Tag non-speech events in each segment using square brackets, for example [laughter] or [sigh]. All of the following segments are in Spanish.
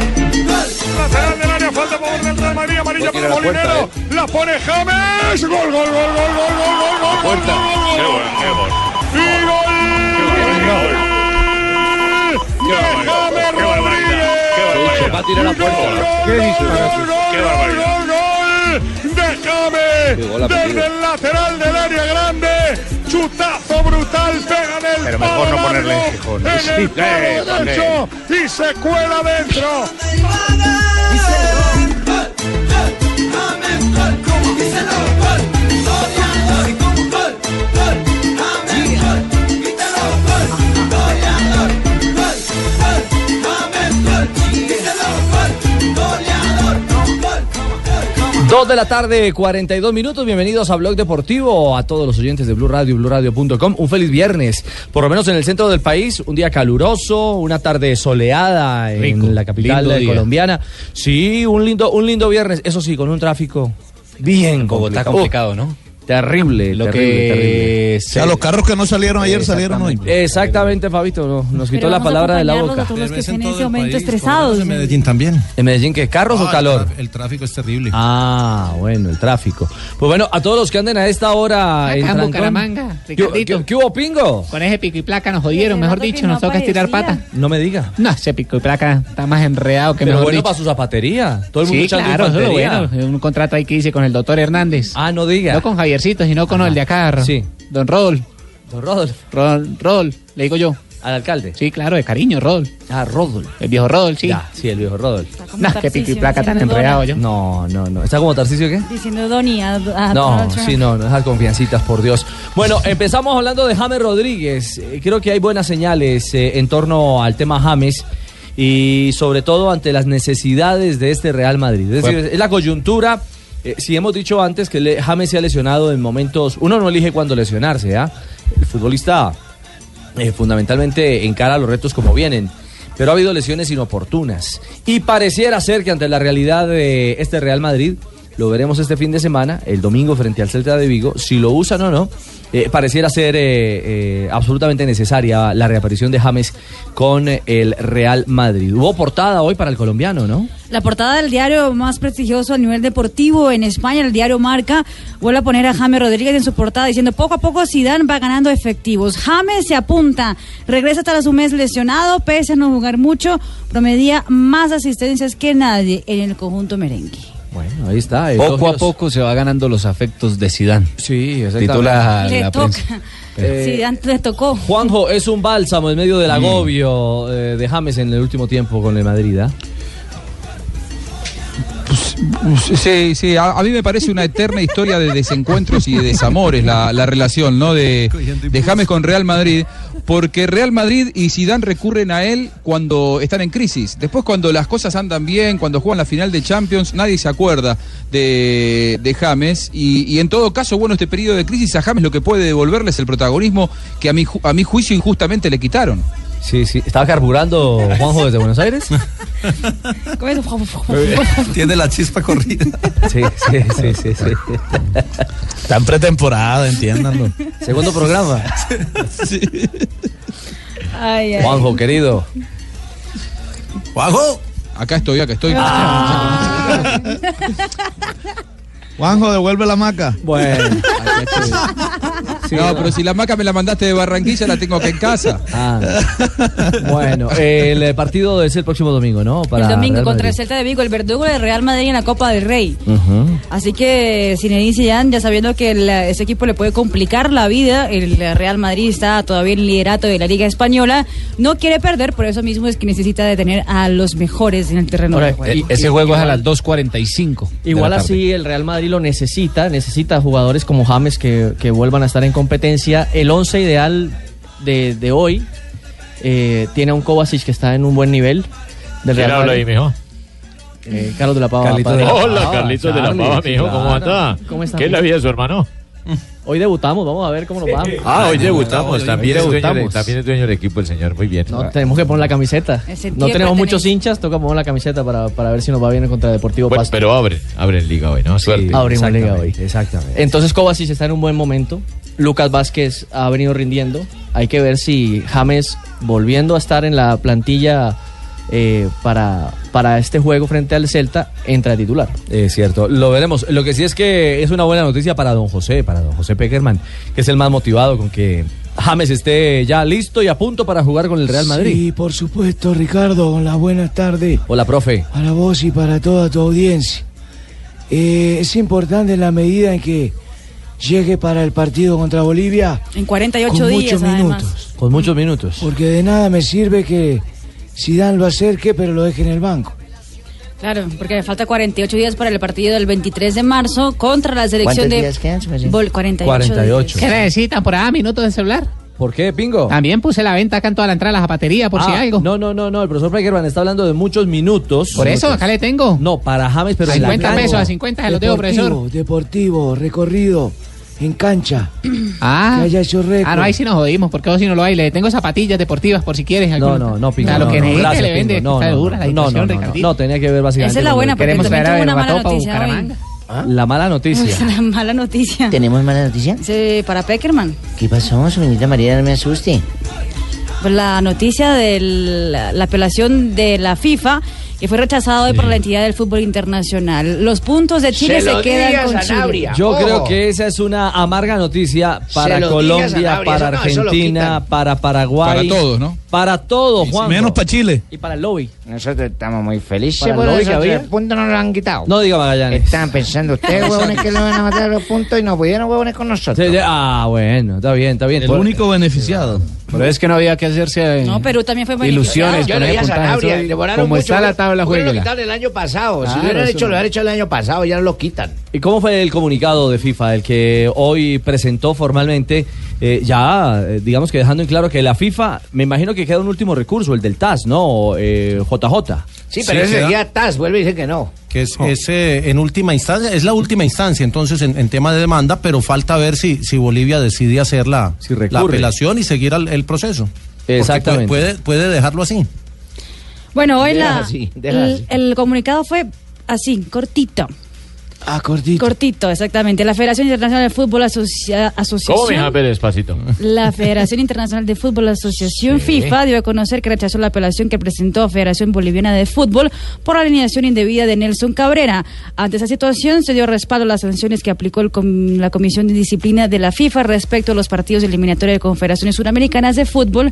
Lateral del área, falta por el Real Madrid, amarilla No para tiene la puerta, Molinero. La pone James. Gol, gol, gol, gol, gol, gol, gol, gol, gol, Puerta. gol, gol, gol. Y gol de James Rodríguez. Va a tirar a puerta. Gol, gol, gol, gol, gol de James Qué gol desde aprendido. el lateral del área grande. Chutazo brutal, pega en el Pero mejor palo no ponerle largo, en Gijón. en el Sí, eh, palo derecho y se cuela dentro. Dos de la tarde, 42 minutos. Bienvenidos a Blog Deportivo, a todos los oyentes de Blue Radio, BluRadio.com. Un feliz viernes, por lo menos en el centro del país, un día caluroso, una tarde soleada en Rico, la capital lindo eh, día. colombiana. Sí, un lindo, un lindo viernes. Eso sí, con un tráfico bien Bogotá complicado. complicado, ¿no? Oh, terrible, Lo terrible, terrible. que O sea, los carros que no salieron ayer salieron hoy. Exactamente, Fabito, no, nos quitó la palabra de la boca. A todos los que estén en ese momento estresados. En Medellín también. ¿En Medellín qué? ¿Carros o Ah, calor? El, tra- el tráfico es terrible. Ah, bueno, el tráfico. Pues bueno, a todos los que anden a esta Ah, hora Acá en en Trancón. Bucaramanga, ¿Qué- Ricardito. qué- qué hubo, Pingo? Con ese pico y placa nos jodieron, Hace mejor rato que dicho, no nos toca estirar aparecía. pata. No me diga. No, ese pico y placa está más enredado que Pero mejor bueno, dicho. para su zapatería. Todo el mundo Sí, echando claro, eso es lo infantería. bueno. Un contrato ahí que dice con el doctor Hernández. Ah, no diga. No con Javiercito, sino con el de acá. Sí. Don Rodol. Don Rodolfo, Rodol, Rodol, le digo yo. al alcalde. Sí, claro, de cariño, Rodol. Ah, Rodolfo. El viejo Rodol, sí. Ya, sí, el viejo Rodolfo. Está como Nah, qué pico Tarcisio y placa tan diciendo enredado yo. No, no, no. ¿Está como Tarcicio qué? Donald- Diciendo Donnie a, a No, Donald Trump. sí, no, no esas confiancitas, por Dios. Bueno, empezamos hablando de James Rodríguez. Eh, Creo que hay buenas señales eh, en torno al tema James y sobre todo ante las necesidades de este Real Madrid. Es decir, es la coyuntura. eh, si hemos dicho antes que le- James se ha lesionado en momentos, uno no elige cuándo lesionarse, ¿ah? El futbolista eh, fundamentalmente encara los retos como vienen. Pero ha habido lesiones inoportunas. Y pareciera ser que ante la realidad de este Real Madrid, lo veremos este fin de semana, el domingo frente al Celta de Vigo, si lo usan o no, eh, pareciera ser eh, eh, absolutamente necesaria la reaparición de James con el Real Madrid. Hubo portada hoy para el colombiano, ¿no? La portada del diario más prestigioso a nivel deportivo en España, el diario Marca, vuelve a poner a James Rodríguez en su portada diciendo poco a poco Zidane va ganando efectivos. James se apunta, regresa tras un mes lesionado, pese a no jugar mucho, promedia más asistencias que nadie en el conjunto merengue. Bueno, ahí está. poco a elogios. poco se va ganando los afectos de Sidán. Sí, exactamente. Titula Le la toca. prensa. Eh, Zidane le tocó. Juanjo, es un bálsamo en medio del agobio eh, de James en el último tiempo con el Madrid, ¿ah? Sí, sí, a, a mí me parece una eterna historia de desencuentros y de desamores la, la relación, ¿no? De, de James con Real Madrid, porque Real Madrid y Zidane recurren a él cuando están en crisis. Después cuando las cosas andan bien, cuando juegan la final de Champions, nadie se acuerda de, de James y, y en todo caso, bueno, este periodo de crisis a James lo que puede devolverle es el protagonismo que a mi, ju- a mi juicio injustamente le quitaron. Sí, sí. ¿Estaba carburando Juanjo desde Buenos Aires? ¿Cómo es? Eh, [laughs] Tiene la chispa corrida. Sí, sí, sí, sí. sí. Está en pretemporada, entiéndanlo. Segundo programa. [laughs] Ay, ay. Juanjo, querido. ¡Juanjo! Acá estoy, acá estoy. Ah. Ah. Juanjo, devuelve la maca. Bueno. no, pero si la maca me la mandaste de Barranquilla, la tengo acá en casa. Ah. [laughs] Bueno, el eh, partido es el próximo domingo, ¿no? Para el domingo Real contra el Madrid. Celta de Vigo, el verdugo del Real Madrid en la Copa del Rey. Ujú. Así que Zinedine Zidane, ya sabiendo que el, eh, ese equipo le puede complicar la vida, el eh, Real Madrid está todavía en liderato de la Liga Española, no quiere perder, por eso mismo es que necesita detener a los mejores en el terreno Ahora, de juego. y- ese juego es a las 2.45. de Igual la tarde. así el Real Madrid lo necesita, necesita jugadores como James que, que vuelvan a estar en competencia. El once ideal de, de hoy eh, tiene a un Kovacic que está en un buen nivel del Real Madrid. mijo? Eh, Carlos de la Pava. Carlitos padre. de la Hola, Pava, Carlitos de la Charlie, Pava, mijo, ¿cómo claro. anda? ¿Cómo está? ¿Qué es la vida de su hermano? Hoy debutamos, vamos a ver cómo Eh, nos va. Ah, hoy debutamos. También es, dueño de- debutamos. también es dueño del equipo el señor. Muy bien. No, tenemos que poner la camiseta. No septiembre tenemos tenés. muchos hinchas, toca poner la camiseta para, para ver si nos va bien contra Deportivo Bueno, Pasto. pero abren, abren liga hoy, ¿no? Suerte. abrimos liga hoy. Exactamente. Entonces Kovacic está en un buen momento. Lucas Vázquez ha venido rindiendo. Hay que ver si James volviendo a estar en la plantilla eh, para, para este juego frente al Celta entra de titular. Es cierto, lo veremos. Lo que sí es que es una buena noticia para don José, para don José Peckerman, que es el más motivado con que James esté ya listo y a punto para jugar con el Real Madrid. Sí, por supuesto, Ricardo. Las buenas tardes Hola, profe. para vos y para toda tu audiencia. Eh, es importante en la medida en que llegue para el partido contra Bolivia En 48 con días, muchos además. minutos. Con muchos minutos. Porque de nada me sirve que Zidane lo acerque, pero lo deje en el banco. Claro, porque le falta 48 días para el partido del 23 de marzo contra la selección ¿Cuántos de. días quedan, Bol 48. 48. ¿Qué necesitan por ahí? ¿Minutos de celular? ¿Por qué, Pingo? También puse la venta acá en toda la entrada de la zapatería, por si Ah, [clears throat] algo. No, no, no, no. El profesor Peckerman está hablando de muchos minutos. Por eso, acá le tengo. No, para James, pero en la 50 cancha. pesos a 50 se los dejo, profesor. Deportivo, recorrido, en cancha. Ah, Que haya hecho récord. Ah, no, ahí sí nos jodimos, porque vos si no lo hay. Le tengo zapatillas deportivas por si quieres. No, alguna. no, no, O Pingo. sea, no, lo que no, necesite gracias, le vende. Pingo, No, Está no, dura no, la no, situación, no, no, no, Ricardito. no, tenía que ver básicamente. Esa es la con buena, el- porque Queremos también traer a tuvo una mala Berbatov a noticia hoy. Ah. Bucaramanga. La mala noticia. [laughs] Esa es la mala noticia. ¿Tenemos mala noticia? Sí, para Peckerman. ¿Qué Pues pasó, señorita María? No me asuste. Pues la noticia de la, la apelación de la FIFA que fue rechazada hoy por la entidad del fútbol internacional. Los puntos de Chile Se se, lo quedan digas, con Chile. Sanabria. Yo creo que esa es una amarga noticia para lo digas, Colombia, Sanabria, para eso no, eso lo Argentina, quitan. para Paraguay. Para todos, ¿no? Para todos, Juan. menos para Chile. Y para el lobby. Nosotros estamos muy felices Para por el lobby esos que había. tres puntos no nos han quitado. No diga Magallanes. Estaban pensando ustedes, huevones, que le van a matar los puntos y nos pudieron huevones con nosotros. Sí, sí, Ah, bueno, está bien, está bien. El único beneficiado. Pero es que no había que eh, hacerse. No, Perú también fue Ilusiones, beneficiado. con esa puntada, eso- como está la tabla, lo jueguela. quitaron el año pasado. si Claro, lo hubieran eso hecho, no. lo hubieran hecho el año pasado, ya no lo quitan. ¿Y cómo fue el comunicado de FIFA, el que hoy presentó formalmente, eh, ya eh, digamos que dejando en claro que la FIFA, me imagino que queda un último recurso, el del TAS, ¿no? Eh, JJ. Sí, pero ese día TAS vuelve y dice que no. que es, es, eh, en última instancia, es la última instancia entonces en, en tema de demanda, pero falta ver si, si Bolivia decide hacer la, la recurre. apelación y seguir al- el proceso. Porque Exactamente. Puede, puede dejarlo así. Bueno, hoy la, Déjala así, déjala el, así. el comunicado fue así, cortito. Ah, cortito. Cortito, exactamente. La Federación Internacional de Fútbol Asocia- ¿Cómo me deja Asociación. ver despacito? La Federación Internacional de Fútbol Asociación Sí. FIFA dio a conocer que rechazó la apelación que presentó Federación Boliviana de Fútbol por la alineación indebida de Nelson Cabrera. Ante esa situación se dio respaldo a las sanciones que aplicó el com- la Comisión de Disciplina de la FIFA respecto a los partidos eliminatorios de Confederaciones Suramericanas de Fútbol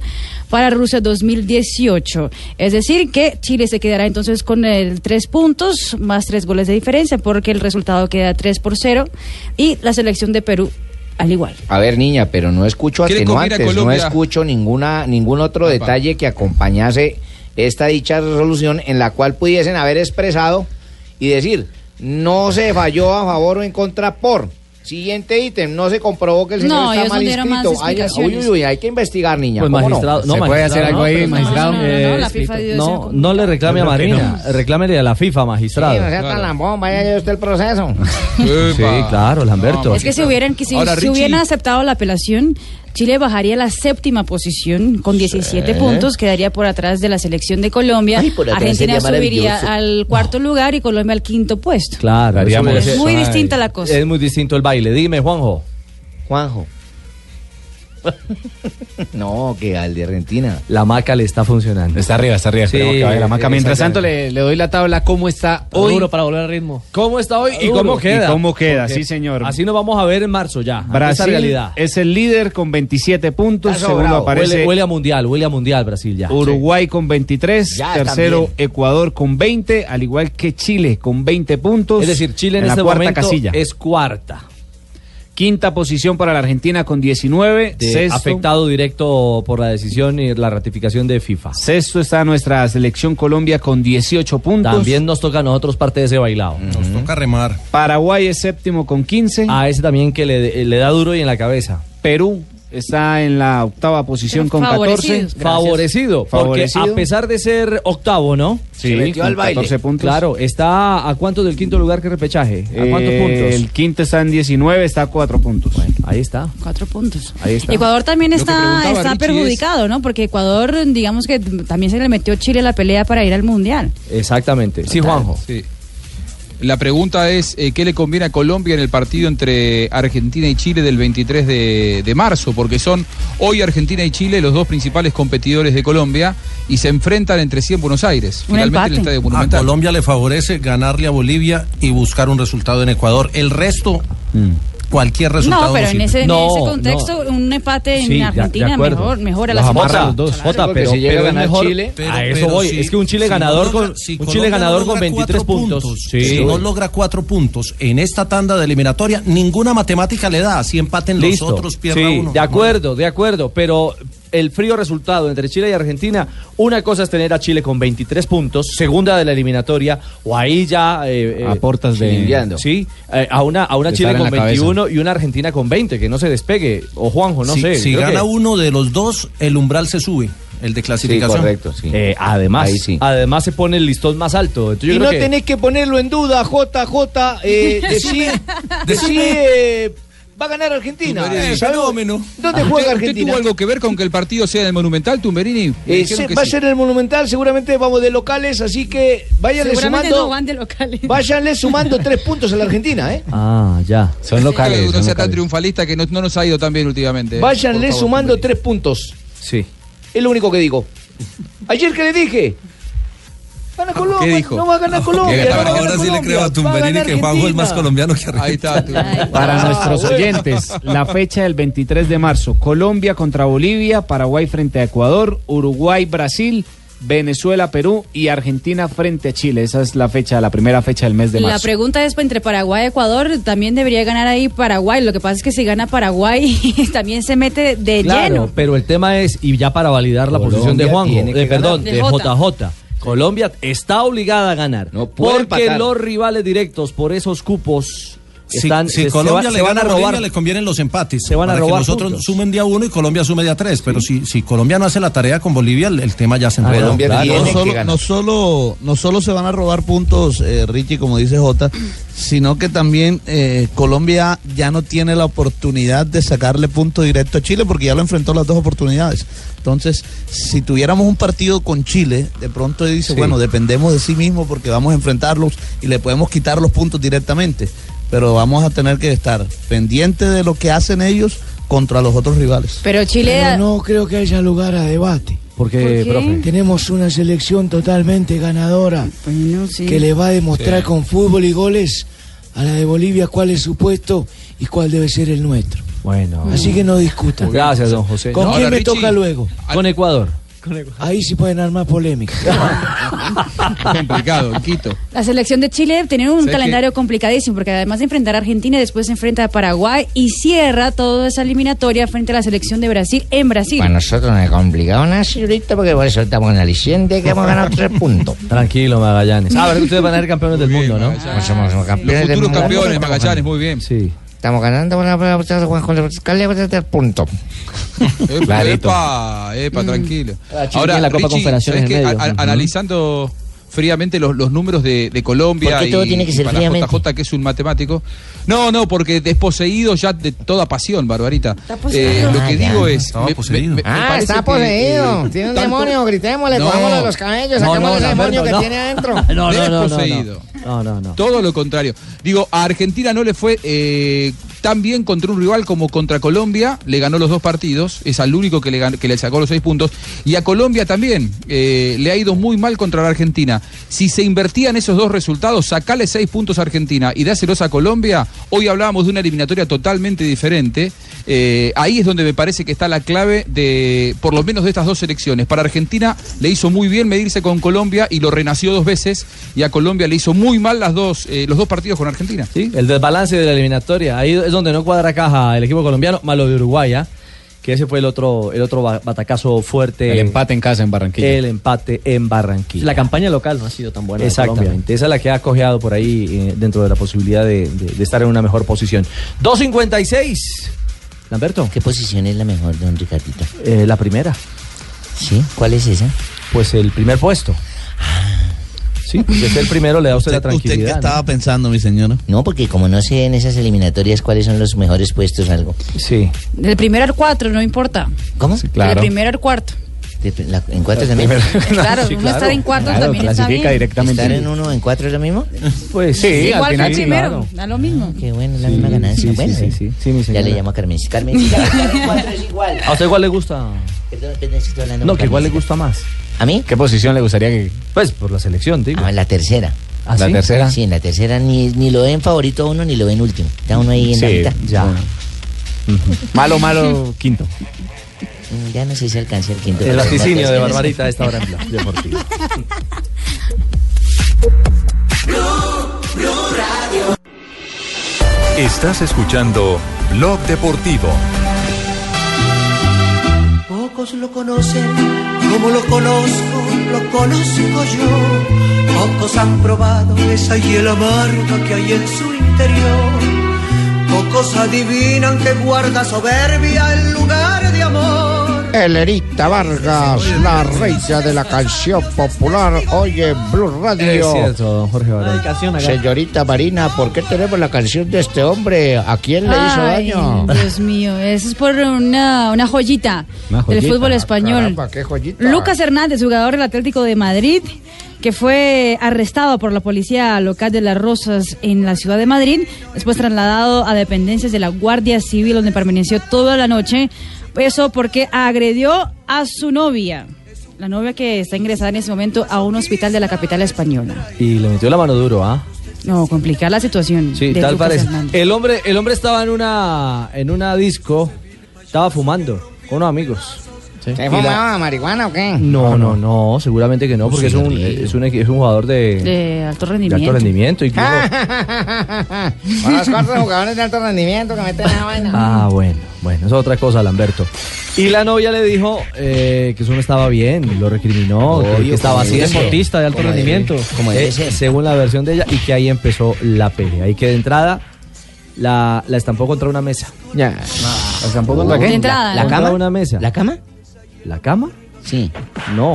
para Rusia 2018. Es decir, que Chile se quedará entonces con el tres puntos más tres goles de diferencia porque el resultado queda 3 por 0 y la selección de Perú al igual. A ver, niña, pero no escucho ¿Quiere comer a atenuantes, no Colombia? escucho ninguna, ningún otro detalle que acompañase esta dicha resolución en la cual pudiesen haber expresado y decir, no se falló a favor o en contra por. Siguiente ítem, no se comprobó que el señor No, está ellos no mal dieron más inscrito. Hay, uy, explicaciones. uy, uy, hay que investigar, niña. Pues ¿cómo no? magistrado, no, magistrado, no, pero no, no, no, no, no, Eh, la FIFA dio ese No, no le reclame a Yo creo que Marina, reclámele a la FIFA, magistrado. Sí, no sea tan lambón, vaya ya usted el proceso. Sí, claro, Lamberto. pues Es que si hubieran, que si, Ahora, si Richie. hubieran aceptado la apelación, Chile bajaría a la séptima posición con 17 puntos, quedaría por atrás de la selección de Colombia. Ay, por atrás Argentina sería subiría maravilloso. al cuarto lugar y Colombia al quinto puesto. Claro, Es haríamos- muy Ay. distinta la cosa. Es muy distinto el baile. Dime, Juanjo. [laughs] Juanjo. No, que al de Argentina. La maca le está funcionando. eh, Está arriba, está arriba. Esperemos que baje la maca. Mientras tanto, le, le doy la tabla cómo está hoy. Duro para volver al ritmo. ¿Cómo está hoy y Duro. cómo ¿Y queda? cómo queda? Porque Sí, señor. Así nos vamos a ver en marzo ya. ante esa Brasil realidad. es el líder con 27 puntos. Está Segundo sobrado. aparece Huele, huele a mundial, huele a mundial Brasil ya. Uruguay con 23. Ya, tercero, también. Ecuador con 20. Al igual que Chile con 20 puntos. Es decir, Chile en, la este cuarta momento casilla. es cuarta. Quinta posición para la Argentina con 19. de- sexto, afectado directo por la decisión y la ratificación de FIFA. sexto está nuestra selección Colombia con 18 puntos. También nos toca a nosotros parte de ese bailado. Nos toca remar. Paraguay es séptimo con 15. A ese también que le, le da duro y en la cabeza. Perú está en la octava posición con 14. Favorecido, porque a pesar de ser octavo, ¿no? Sí, Se metió con al baile. 14 puntos. Claro, está a cuánto del quinto lugar que repechaje. ¿A cuántos Eh, puntos? El quinto está en 19, está a 4 puntos. ahí está. Cuatro puntos. Ahí está. Ecuador también Lo que está, preguntaba está Richie es- perjudicado, ¿no? Porque Ecuador, digamos que también se le metió Chile a la pelea para ir al Mundial. Exactamente. Sí, Juanjo. Sí. La pregunta es, eh, ¿qué le conviene a Colombia en el partido entre Argentina y Chile del 23 de, de marzo? Porque son hoy Argentina y Chile los dos principales competidores de Colombia y se enfrentan entre sí en Buenos Aires. Finalmente en el Ah, Estadio A Monumental. Colombia le favorece ganarle a Bolivia y buscar un resultado en Ecuador. El resto, cualquier resultado. No, pero en sirve. ese, en ese contexto, un empate en Sí, de- de Argentina acuerdo. mejor, mejora la Los situación. amarra los dos. Jota, porque pero, si llega pero a es ganar mejor. Chile- a Pero- eso pero voy. si- es que un Chile si no ganador logra- con si un Chile Colombia no ganador con logra 23 puntos. Sí. Si no logra cuatro puntos en esta tanda de eliminatoria, ninguna matemática le da. Si empaten los Listo. otros, pierda Sí, uno. De acuerdo, de acuerdo. Pero el frío resultado entre Chile y Argentina, una cosa es tener a Chile con 23 puntos, segunda de la eliminatoria, o ahí ya. eh, eh, Aportas de- Chilingueando. Sí, eh, a una, a una De Chile estar en con la cabeza. 21 y una Argentina con 20, que no se despegue. O Juanjo, no si sé. si creo gana que- uno de los dos, el umbral se sube, el de clasificación. correcto, sí. Eh, además, Ahí sí. además se pone el listón más alto. Entonces yo y creo no que- tenés que ponerlo en duda, JJ. [laughs] Eh, decir, [laughs] decir, eh, va a ganar Argentina. Eh, ¿sabes? ¿Dónde ¿Usted- juega ¿Usted Argentina? tuvo algo que ver con que el partido sea en el Monumental, Tumberini? Me Eh, dijeron se- que va sí. a ser en el Monumental, seguramente vamos de locales, así que váyanle Seguramente sumando, no van de locales. váyanle sumando [laughs] tres puntos a la Argentina, ¿eh? Ah, ya. Son locales, No son sea tan locales. triunfalista que no, no nos ha ido tan bien últimamente. ¿eh? Váyanle Por favor, sumando tres puntos. Sí. Es lo único que digo. Ayer que le dije. Gana Colombia, dijo? no va a ganar Colombia. no va a ganar Ahora sí le Colombia, creo a va Tumberini ganar que Juanjo es más Argentina. colombiano que Ahí está. Ah, Para nuestros bueno. oyentes, la fecha del 23 de marzo, Colombia contra Bolivia, Paraguay frente a Ecuador, Uruguay, Brasil, Venezuela, Perú y Argentina frente a Chile. Esa es la fecha, la primera fecha del mes de La marzo. pregunta es pues, entre Paraguay y Ecuador, también debería ganar ahí Paraguay. Lo que pasa es que si gana Paraguay, [laughs] también se mete de Claro, lleno. pero el tema es, y ya para validar la Colombia posición de Juanjo, tiene que eh, perdón, ganar. de De Jota. JJ, Colombia está obligada a ganar. puede porque empatar. los rivales directos por esos cupos Si, están, si se- se va- Colombia se le van gana a a Bolivia, robar. le convienen los empates. Se van a para robar Que nosotros puntos. sumen día uno y Colombia sume día tres. Pero si, si Colombia no hace la tarea con Bolivia, el, el tema Ah, ya se enreda. no, solo, no, solo, no solo se van a robar puntos, eh, Richie, como dice Jota, sino que también eh, Colombia ya no tiene la oportunidad de sacarle punto directo a Chile porque ya lo enfrentó las dos oportunidades. Entonces, si tuviéramos un partido con Chile, de pronto dice, bueno, dependemos de sí mismo porque vamos a enfrentarlos y le podemos quitar los puntos directamente. Pero vamos a tener que estar pendientes de lo que hacen ellos contra los otros rivales. Pero Chile. Pero no creo que haya lugar a debate. Eh, Porque, ¿Por qué? profe? Tenemos una selección totalmente ganadora Pues que le va a demostrar Sí. con fútbol y goles a la de Bolivia cuál es su puesto y cuál debe ser el nuestro. Bueno. Así que no discutan. Gracias, don José. ¿Con No, quién ahora, me Richie, toca luego? Con Ecuador. Ahí sí pueden armar [laughs] polémica. Complicado, en Quito. La selección de Chile tiene un ¿Sabes calendario complicadísimo porque además de enfrentar a Argentina, después se enfrenta a Paraguay y cierra toda esa eliminatoria frente a la selección de Brasil en Brasil. Para nosotros nos es complicado nada, señorita, porque por eso estamos en aliciente que hemos ganado [laughs] tres puntos. Tranquilo, Magallanes. Ah, pero que ustedes van a ser campeones del mundo, ¿no? Somos campeones del futuros mundo. campeones, Magallanes, muy bien. Sí. Estamos ganando con pues, la este tres puntos. Epa, Clarito. Epa, epa, tranquilo. Ah, Chile tiene la Copa ¿sabes Confederaciones en qué? medio. A- a- Ujú. analizando fríamente los, los números de, de Colombia ¿Por qué todo y, tiene que y ser para fríamente? JJ que es un matemático. No, no, porque desposeído ya de toda pasión, Barbarita. Eh, poseído. lo Ah, que ya. digo es me- me- me- me Ah, parece está que, poseído. eh, tiene un tanto- demonio, gritémosle, No. cojámosle los cabellos, No, saquémosle no, ese Lamberto, demonio que no. tiene adentro. [laughs] No, no, no, Desposeído. No, no, no. Todo lo contrario. Digo, a Argentina no le fue eh, tan bien contra un rival como contra Colombia. Le ganó los dos partidos. Es al único que le, gan- que le sacó los seis puntos. Y a Colombia también eh, le ha ido muy mal contra la Argentina. Si se invertían esos dos resultados, sacale seis puntos a Argentina y dáselos a Colombia. Hoy hablábamos de una eliminatoria totalmente diferente. Eh, ahí es donde me parece que está la clave de, por lo menos de estas dos selecciones. Para Argentina le hizo muy bien medirse con Colombia y lo renació dos veces. Y a Colombia le hizo muy mal las dos, eh, los dos partidos con Argentina. Sí, el desbalance de la eliminatoria. Ahí es donde no cuadra caja el equipo colombiano, malo de Uruguay, ¿ah? que ese fue el otro, el otro ba- batacazo fuerte. El empate en casa en Barranquilla. El empate en Barranquilla. La campaña local no ha sido tan buena. de Colombia. Exactamente, esa es la que ha cojeado por ahí eh, dentro de la posibilidad de, de- de estar en una mejor posición. 2.56. Lamberto. Eh, ¿Qué posición es la mejor, don Ricardito? la primera. ¿Sí? ¿Cuál es esa? Ah. Pues el primer puesto. Sí, porque ser primero le da a usted, la tranquilidad. ¿Usted qué ¿no? estaba pensando, mi señora? No, porque como no sé en esas eliminatorias cuáles son los mejores puestos, algo. Sí. Del primero al cuatro, no importa. ¿Cómo? Del primero al cuarto. De- la- en cuatro también. [laughs] Claro, uno estar en cuarto también está bien. ¿Estar en uno en cuatro es lo mismo? Pues Igual que el primero, da lo mismo. Qué bueno, es la misma ganancia. bueno, eh. sí, sí, sí, mi ya señora. le llamo a Carmen. Carmen, [laughs] ¿A usted cuál le gusta? Perdón, perdón, es que estoy hablando No, con que igual le Carmen. gusta más. ¿A mí? ¿Qué posición le gustaría que.? Pues por la selección, digo. Ah, la tercera. ¿Ah, ¿La sí? tercera? Sí, en la tercera ni, ni lo ven favorito a uno ni lo ven último. Está uno ahí en la Sí, mitad. ya. Malo, malo, quinto. Mm, Ya no sé si alcancé el quinto. El pero vaticinio no, de es- Barbarita a esta [laughs] hora en Blog Deportivo. Estás escuchando Blog Deportivo. Pocos lo conocen como lo conozco, lo conozco yo. Pocos han probado esa hiel amarga que hay en su interior. Pocos adivinan que guarda soberbia en lugar de amor. Elerita Vargas, la reina de la canción popular, hoy en Blue Radio. don Jorge Barón. Señorita Marina, ¿por qué tenemos la canción de este hombre? ¿A quién le Ay, hizo daño? Dios mío, eso es por una, una joyita Una del joyita, fútbol español. Ah, caramba, qué joyita. Lucas Hernández, jugador del Atlético de Madrid, que fue arrestado por la policía local de Las Rosas en la ciudad de Madrid, después trasladado a dependencias de la Guardia Civil, donde permaneció toda la noche. Eso porque agredió a su novia. La novia que está ingresada en ese momento a un hospital de la capital española. Y le metió la mano duro, ¿ah? No, complicar la situación. Sí, de tal Lucas parece. Hernández. El hombre, el hombre estaba en una, en una disco, estaba fumando con unos amigos. Y la- ¿Te fumaba marihuana o qué? No, no, no, seguramente que no, porque es un, es un equi- es un jugador de, De alto de rendimiento. alto rendimiento. [laughs] Incluso. Conozco a otros jugadores de alto rendimiento que meten la vaina. Ah, bueno, bueno, es otra cosa, Lamberto. Y la novia le dijo eh, que eso no estaba bien, lo recriminó, que- que Obvio, estaba como así debe ser. deportista de alto Como debe- rendimiento, como debe eh, ser. según la versión de ella, y que ahí empezó la pelea. Y que de entrada la, la estampó contra una mesa. Ya. ¿La estampó contra qué? De entrada, La, ¿no? cama. Contra una mesa. ¿La cama? ¿La cama? Sí. No.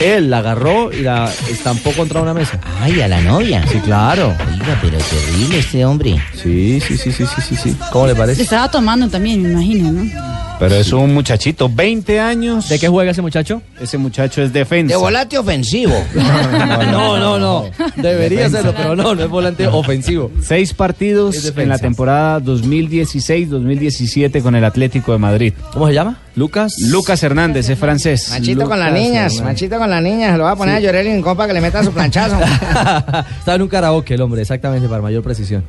Él la agarró y la estampó contra una mesa. Ay, a la novia. Sí, claro. Oiga, pero terrible este hombre. Sí, sí, sí, sí, sí, sí, sí. ¿Cómo le Se estaba tomando también, me imagino, ¿no? Pero es un muchachito, 20 años. ¿De qué juega ese muchacho? Ese muchacho es defensa. De volante [laughs] ofensivo. [laughs] No, no, no. Debería serlo, pero no, no es volante ofensivo. Seis Es partidos defensa. en la temporada 2016-2017 con el Atlético de Madrid. ¿Cómo se llama? Lucas. Lucas Hernández, es francés. Machito con las niñas, machito con las niñas, lo va a poner a llorar y en compa que le meta su [laughs] planchazo. Estaba en un karaoke el hombre, exactamente, para mayor precisión.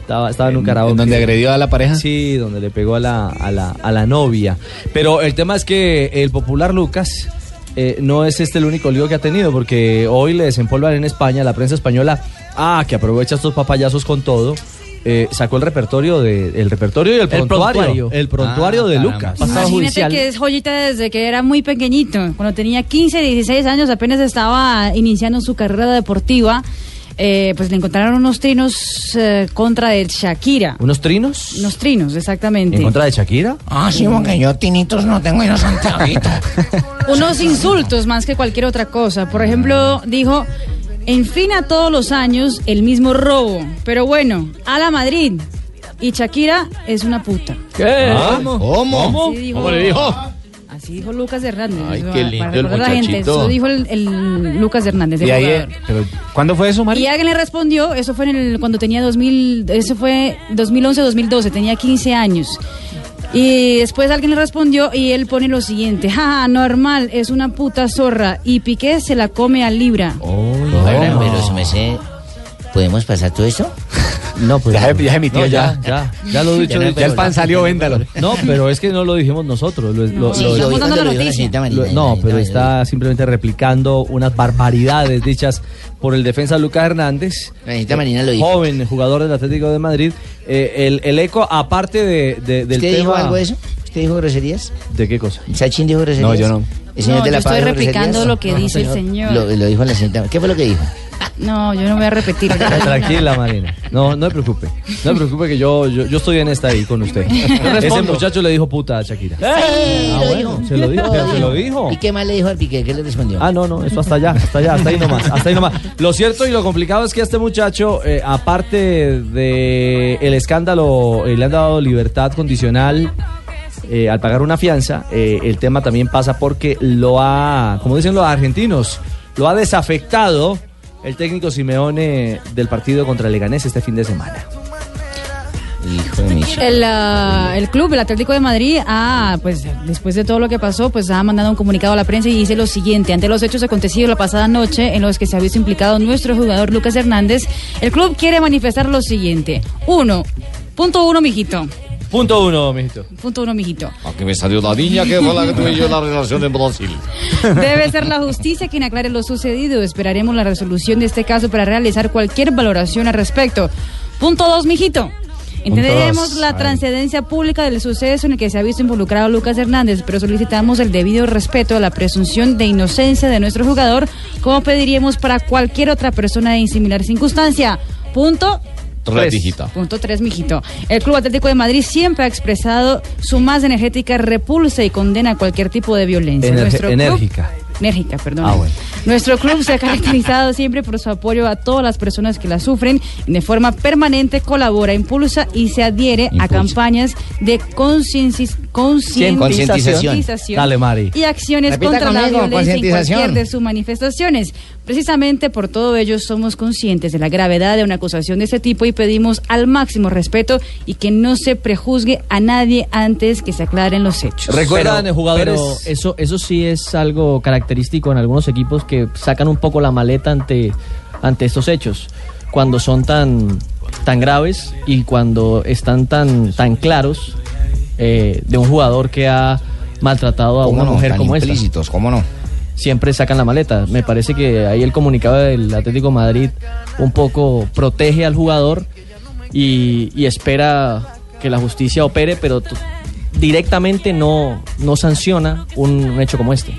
Estaba, estaba en un karaoke. donde agredió a la pareja? Sí, donde le pegó a la, a la, a la novia. Pero el tema es que el popular Lucas eh, no es este el único lío que ha tenido, porque hoy le desempolvan en España, la prensa española, ah, que aprovecha estos papayazos con todo. eh, sacó el repertorio de el repertorio y el, prontuario, prontuario. el prontuario Ah, de caramba. Lucas Pasado Imagínate que es joyita desde que era muy pequeñito. Cuando tenía 15, 16 años, apenas estaba iniciando su carrera deportiva. eh, pues le encontraron unos trinos eh, contra el Shakira. unos trinos Unos trinos, exactamente. en contra de Shakira Ah, sí, porque yo tinitos no tengo y no son [laughs] Unos insultos más que cualquier otra cosa. Por ejemplo, dijo, en fin a todos los años el mismo robo. Pero bueno, a la Madrid. Y Shakira es una puta. ¿Qué? Ah, ¿Cómo? Sí, dijo- ¿Cómo le dijo? Así dijo Lucas Hernández. Ay, Eso, qué para lindo el recordar a la gente. muchachito. Eso dijo el, el Lucas Hernández. el Y ahí, jugador. eh, pero, ¿Cuándo fue eso, Y María? alguien le respondió, eso fue en el, cuando tenía 2000, eso fue 2011-2012, tenía 15 años. Y después alguien le respondió y él pone lo siguiente, jaja, normal, es una puta zorra y Piqué se la come a Libra. Ahora, pero se me sé. ¿Podemos pasar todo [laughs] esto? No, pues. Ya, ya emitió, ya, ya, ya lo he dicho, ya el pan salió, véndalo. No, pero es que no lo dijimos nosotros. Lo, lo- Sí, lo- estamos lo- dando la Lo dijo la noticia. señorita Marina, Lo- no, señorita pero Marina. está simplemente replicando unas barbaridades dichas por el defensa Lucas Hernández. Marina lo dijo. Joven jugador del Atlético de Madrid. Eh, el, el eco, aparte de, de- del ¿Usted dijo tema- algo de eso? usted dijo groserías? ¿De qué cosa? ¿Sachin dijo groserías? No, yo no. ¿El señor No, de la yo estoy Paz dijo replicando groserías? lo que dice el señor. Lo, lo dijo la señorita. ¿Qué fue lo que dijo? No, yo no voy a repetir. Tranquila, Marina. No, no te preocupe. No te preocupe que yo, yo, yo estoy en esta ahí con [laughs] usted. Ese respondo. muchacho le dijo puta a Shakira. Sí, lo dijo. Ah, Se lo dijo, pero se lo dijo. ¿Y qué más le dijo al Piqué? ¿Qué le respondió? Ah, no, no, eso hasta allá, hasta allá, hasta ahí nomás, hasta ahí nomás. Lo cierto y lo complicado es que a este muchacho, eh, aparte de el escándalo, eh, le han dado libertad condicional eh, al pagar una fianza, eh, el tema también pasa porque lo ha, como dicen los argentinos, lo ha desafectado el técnico Simeone del partido contra el Leganés este fin de semana. Hijo de El, ah, el club, el Atlético de Madrid, ah, pues después de todo lo que pasó, pues ha mandado un comunicado a la prensa y dice lo siguiente. Ante los hechos acontecidos la pasada noche en los que se ha visto implicado nuestro jugador Lucas Hernández, el club quiere manifestar lo siguiente. Uno, punto uno, mijito. Punto uno, mijito. Punto uno, mijito. ¿A que me salió la niña que fue la que tuve yo la relación [laughs] en Brasil? Debe ser la justicia quien aclare lo sucedido. Esperaremos la resolución de este caso para realizar cualquier valoración al respecto. Punto dos, mijito. Entenderemos dos, la ahí. trascendencia pública del suceso en el que se ha visto involucrado Lucas Hernández, pero solicitamos el debido respeto a la presunción de inocencia de nuestro jugador, como pediríamos para cualquier otra persona en similar circunstancia. Punto Tres dijita. Punto 3, mijito. El Club Atlético de Madrid siempre ha expresado su más energética repulsa y condena cualquier tipo de violencia. Ener- Nuestro club- enérgica. enérgica, perdón. Ah, bueno. Nuestro club se ha caracterizado siempre por su apoyo a todas las personas que la sufren. y De forma permanente colabora, impulsa y se adhiere a campañas de concienci- Cien- concientización concientización. concientización Dale, Mari. y acciones Repita contra conmigo, la violencia en concientización. cualquier de sus manifestaciones. Precisamente por todo ello somos conscientes de la gravedad de una acusación de este tipo y pedimos al máximo respeto y que no se prejuzgue a nadie antes que se aclaren los hechos. Pero- pero eso, eso sí es algo característico en algunos equipos que sacan un poco la maleta ante, ante estos hechos. Cuando son tan, tan graves y cuando están tan, tan claros eh, de un jugador que ha maltratado a ¿Cómo una no? mujer Tan como esta. implícitos, ¿cómo no? Siempre sacan la maleta. Me parece que ahí el comunicado del Atlético de Madrid un poco protege al jugador y, y espera que la justicia opere, pero t- directamente no, no sanciona un, un hecho como este.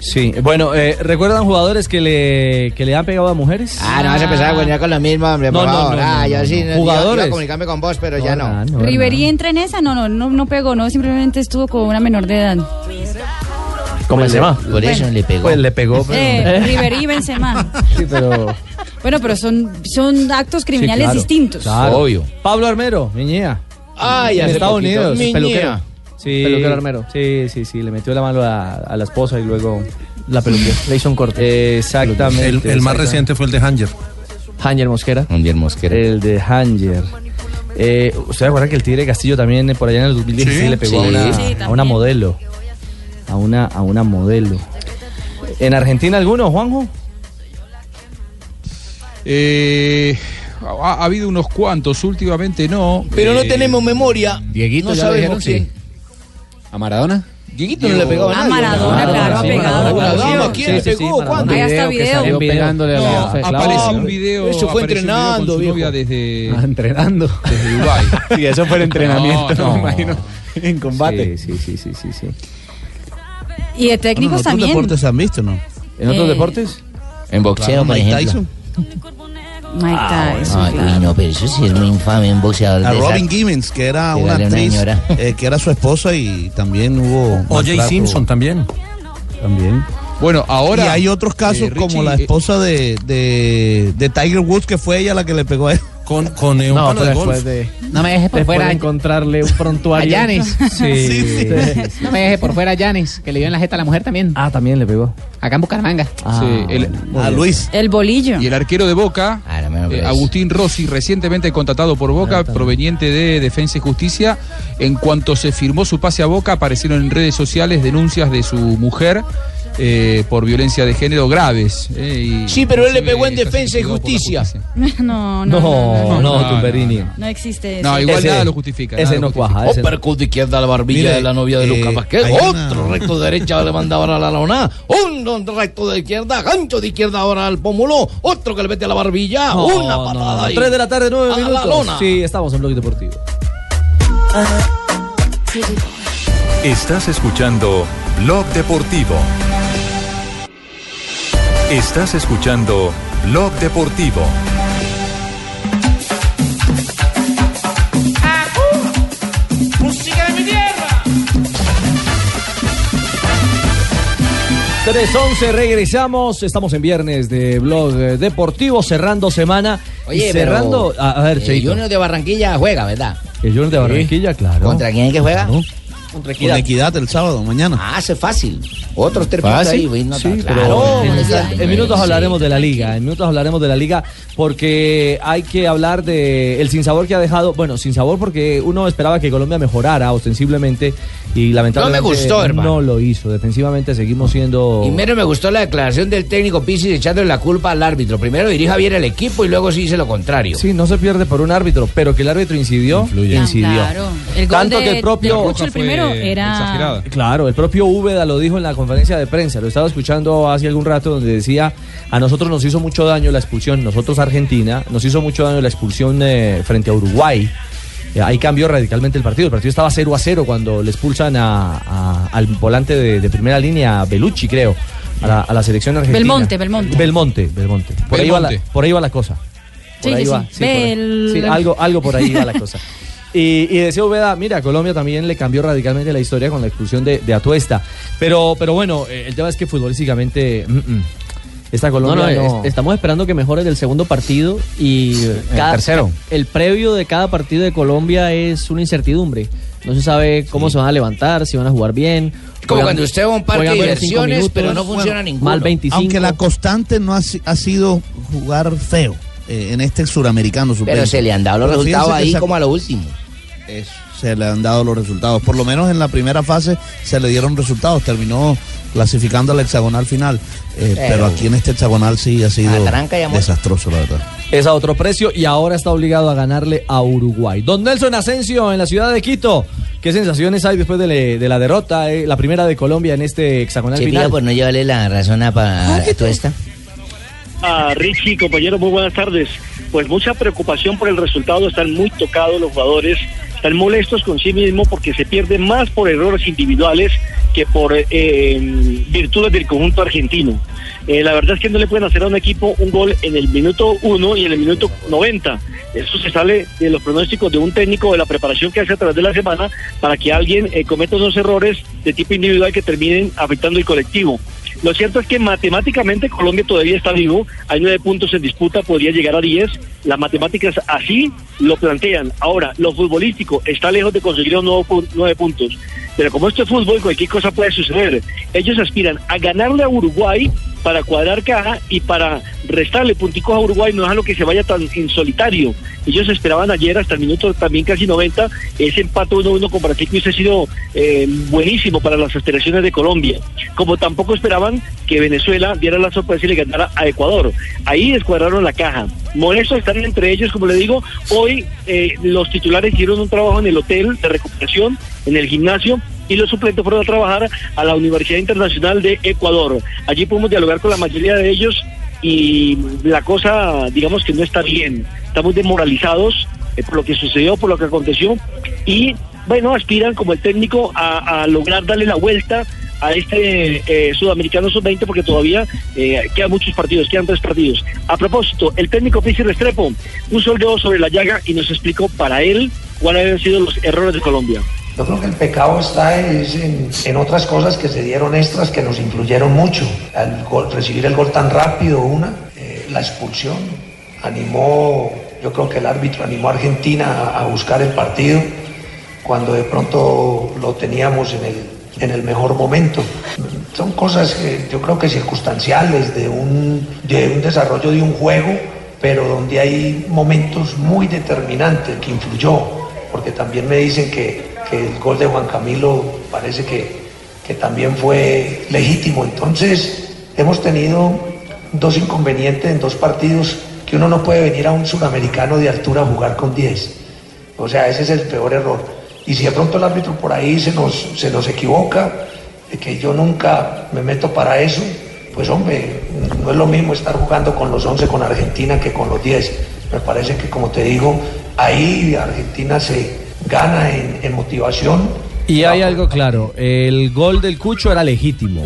Sí, bueno, eh, ¿recuerdan jugadores que le, que le han pegado a mujeres? Ah, no vas a empezar a poner goñar con lo mismo, hombre, por No, no, favor. no, ah, no, yo no, sí, no. yo Iba Jugadores. a comunicarme con vos, pero ya no. Riverí entra en esa, no, no, no, no pegó, no, simplemente estuvo con una menor de edad. ¿Cómo se llama? Por eso Pues le pegó. Pues le pegó. Eh, [laughs] Riverí y Benzema. Sí, pero... Bueno, pero son, son actos criminales claro, distintos. claro. Pablo Armero, miñera. Ay, en hace Estados poquito. Unidos, Mi peluquero. ñea. Sí, Peluquero Armero. Sí, sí, sí, le metió la mano a, a la esposa y luego la peluqueó. Le hizo un corte. Exactamente. El, el más exactamente. reciente fue el de Hanger. Hanger Mosquera. Hanger Mosquera. El de Hanger. Eh, ¿Usted recuerda que el Tigre Castillo también eh, por allá en el 2016 Sí. le pegó a, Sí. una, Sí, a una modelo? A una, a una modelo. ¿En Argentina alguno, Juanjo? Eh, ha, ha habido unos cuantos, últimamente no. Pero no Eh, tenemos memoria. Dieguito no ya lo dijeron, sabemos sí. quién. ¿A Maradona? Dieguito no le pegaba Ah, a nadie. Ah, claro, ha pegado. Maradona, ¿quién le pegó? ¿Cuándo? pegándole No, aparece un video. aparece un video Eso fue con entrenando, su viejo. novia desde, Ah, Entrenando. desde Dubái. [laughs] Sí, eso fue el entrenamiento, No, no. me imagino. En combate. Sí, sí, sí, sí, sí. Y de técnicos otros también. deportes han visto, ¿no? ¿En otros Eh, deportes? En boxeo, por Mike ejemplo. Ah, Tyson. Mike Tyson, Ay, claro. uy, no, pero eso sí es muy infame, un boxeador A de Robin esas. Gibbons, que era que una dale una actriz, señora. eh, que era su esposa y también hubo... O.J. Simpson también. También. Bueno, ahora... Y hay otros casos eh, Richie, como la eh, esposa de, de, de Tiger Woods, que fue ella la que le pegó a él. Con, con eh, un No, palo pero de golf. después de- No me dejes por Después fuera. de encontrarle un prontuario. A [laughs] Yanes. [laughs] Sí, sí, sí. No me dejes por fuera a Yanes, que le dio en la jeta a la mujer también. Ah, también le pegó. Ah. Acá en Bucaramanga. Sí, el- A Luis. El bolillo. Y el arquero de Boca, eh, Agustín Rossi, recientemente contratado por Boca, proveniente de Defensa y Justicia. En cuanto se firmó su pase a Boca, aparecieron en redes sociales denuncias de su mujer eh, por violencia de género graves. eh, y Sí, pero él le inclusive pegó en está defensa y investigado por la justicia. [laughs] No, no, no, no, no, no, no, Tumberini. No existe eso. No, igual nada lo justifica. Ese no cuaja. ese no. Uppercut de izquierda a la barbilla Mire, de la novia de eh, Lucas Vázquez. hay una- Otro recto de derecha le mandaban a la lona. Un recto de izquierda, gancho de izquierda ahora al pómulo. Otro que le mete a la barbilla. No, una no, patada no. ahí. Tres de la tarde, nueve A la minutos. lona. Sí, estamos en Blog Deportivo. Estás escuchando Blog Deportivo. Estás escuchando Blog Deportivo. Ah, uh, Música de mi tierra. 311, regresamos. Estamos en viernes de Blog eh, Deportivo, cerrando semana. Oye, Y pero cerrando. a, a ver, el Cheito. Junior de Barranquilla juega, ¿verdad? El Junior de Sí. Barranquilla, claro. ¿Contra quién es que juega? Claro. Con Con Equidad el sábado, mañana. Ah, hace fácil. Otros tres puntos Fácil. ahí, güey, no Sí, tan- pero- claro. en- Ay, en, güey, minutos sí. hablaremos de la liga, en minutos hablaremos de la liga porque hay que hablar de el sinsabor que ha dejado, bueno, sinsabor porque uno esperaba que Colombia mejorara ostensiblemente y lamentablemente No me gustó, hermano. no lo hizo. Defensivamente seguimos siendo Y menos me gustó la declaración del técnico Pizzi echándole la culpa al árbitro. Primero dirija bien el equipo y luego sí dice lo contrario. Sí, no se pierde por un árbitro, pero que el árbitro incidió, incidió. Claro. El gol Tanto de- que el propio de Rucho, el primero era Claro, el propio Úbeda lo dijo en la conferencia de prensa, lo estaba escuchando hace algún rato donde decía, a nosotros nos hizo mucho daño la expulsión, nosotros Argentina, nos hizo mucho daño la expulsión eh, frente a Uruguay. Eh, Ahí cambió radicalmente el partido. El partido estaba 0 a 0 cuando le expulsan a- a- al volante de, de primera línea, a Belucci, creo, a la, a la selección argentina. Belmonte, Belmonte. Belmonte, Belmonte. Por, ahí va la, Belmonte. por ahí va la cosa. Por Sí, ahí sí, va, sí. por ahí. Bel- Sí, algo, algo por ahí va la cosa. Y, y decía Ubeda, mira, Colombia también le cambió radicalmente la historia con la expulsión de, de Atuesta. Pero, pero bueno, eh, el tema es que futbolísticamente mm, mm, esta Colombia No, no, no, es- estamos esperando que mejore del segundo partido y cada- tercero. El previo de cada partido de Colombia es una incertidumbre. No se sabe cómo se van a levantar, si van a jugar bien. Como Juegan- cuando usted va a un parque juegan de buenos cinco diversiones, minutos, pero no funciona mal ninguno. Mal 25. Aunque la constante no ha, si- ha sido jugar feo eh, en este suramericano. Pero se le han dado los resultados ahí como a lo último. Eso, se le han dado los resultados. Por lo menos en la primera fase se le dieron resultados. Terminó clasificando al hexagonal final. Eh, Pero- pero, aquí en este hexagonal sí ha sido Atranca y amor. desastroso, la verdad. es a otro precio y ahora está obligado a ganarle a Uruguay. Don Nelson Asensio en la ciudad de Quito. ¿Qué sensaciones hay después de, le- de la derrota, eh, la primera de Colombia en este hexagonal Se final? por pues, no llevarle la razón a, Ah, pa- a tu esta. A Ah, Richie, compañeros, muy buenas tardes. Pues mucha preocupación por el resultado, están muy tocados los jugadores, están molestos con sí mismos porque se pierde más por errores individuales que por eh, eh, virtudes del conjunto argentino. Eh, la verdad es que no le pueden hacer a un equipo un gol en el minuto 1 y en el minuto 90. Eso se sale de los pronósticos de un técnico, de la preparación que hace a través de la semana para que alguien eh, cometa unos errores de tipo individual que terminen afectando el colectivo. Lo cierto es que matemáticamente Colombia todavía está vivo, hay nueve puntos en disputa, podría llegar a diez, las matemáticas así lo plantean. Ahora, lo futbolístico está lejos de conseguir los nuevo pu- nueve puntos, pero como esto es fútbol, cualquier cosa puede suceder. Ellos aspiran a ganarle a Uruguay para cuadrar caja y para restarle punticos a Uruguay, no es lo que se vaya tan en solitario. Ellos esperaban ayer hasta el minuto también casi 90, ese empate 1-1 con Brasil que hubiese sido eh, buenísimo para las aspiraciones de Colombia. Como tampoco esperaban que Venezuela diera la sorpresa y le ganara a Ecuador. Ahí descuadraron la caja. Molestos están entre ellos, como le digo, hoy eh, los titulares hicieron un trabajo en el hotel de recuperación, en el gimnasio, y los suplentes fueron a trabajar a la Universidad Internacional de Ecuador. Allí pudimos dialogar con la mayoría de ellos y la cosa, digamos que no está bien. Estamos demoralizados eh, por lo que sucedió, por lo que aconteció y, bueno, aspiran como el técnico a, a lograr darle la vuelta a este eh, sudamericano sub-20 porque todavía eh, quedan muchos partidos, quedan tres partidos. A propósito, el técnico Pizzi Restrepo puso el dedo sobre la llaga y nos explicó para él cuáles habían sido los errores de Colombia. Yo creo que el pecado está es en, en otras cosas que se dieron extras que nos influyeron mucho. Al gol- recibir el gol tan rápido, una, eh, la expulsión, animó, yo creo que el árbitro animó a Argentina a, a buscar el partido cuando de pronto lo teníamos en el, en el mejor momento. Son cosas que yo creo que circunstanciales de un, de un desarrollo de un juego, pero donde hay momentos muy determinantes que influyó porque también me dicen que, que el gol de Juan Camilo parece que, que también fue legítimo. Entonces, hemos tenido dos inconvenientes en dos partidos que uno no puede venir a un sudamericano de altura a jugar con 10. O sea, ese es el peor error. Y si de pronto el árbitro por ahí se nos, se nos equivoca, de que yo nunca me meto para eso, pues hombre, no es lo mismo estar jugando con los 11 con Argentina que con los 10. Me parece que, como te digo, ahí Argentina se gana en, en motivación, Y hay algo claro, el gol del Cucho era legítimo.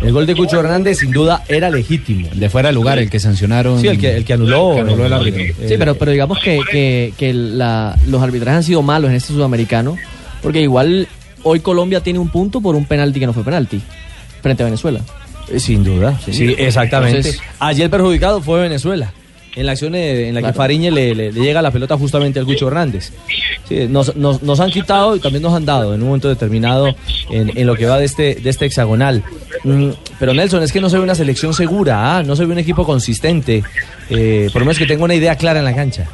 El gol de Cucho Hernández sin duda era legítimo. De fuera de lugar, el que sancionaron. Sí, el que, el que anuló. anuló el árbitro. Sí, pero, pero digamos que, que- que la- los arbitrajes han sido malos en este sudamericano, porque igual hoy Colombia tiene un punto por un penalti que no fue penalti frente a Venezuela. Eh, Sin duda, sí, sí, exactamente. Entonces- Ayer el perjudicado fue Venezuela, en la acción de- en la que Fariñe le, le- le llega la pelota justamente al Gucho Hernández. Sí, nos, nos- nos han quitado y también nos han dado en un momento determinado en, en lo que va de este, de este hexagonal. Mm, pero Nelson, es que no se ve una selección segura, ¿ah? no se ve un equipo consistente, eh, por lo menos que tenga una idea clara en la cancha.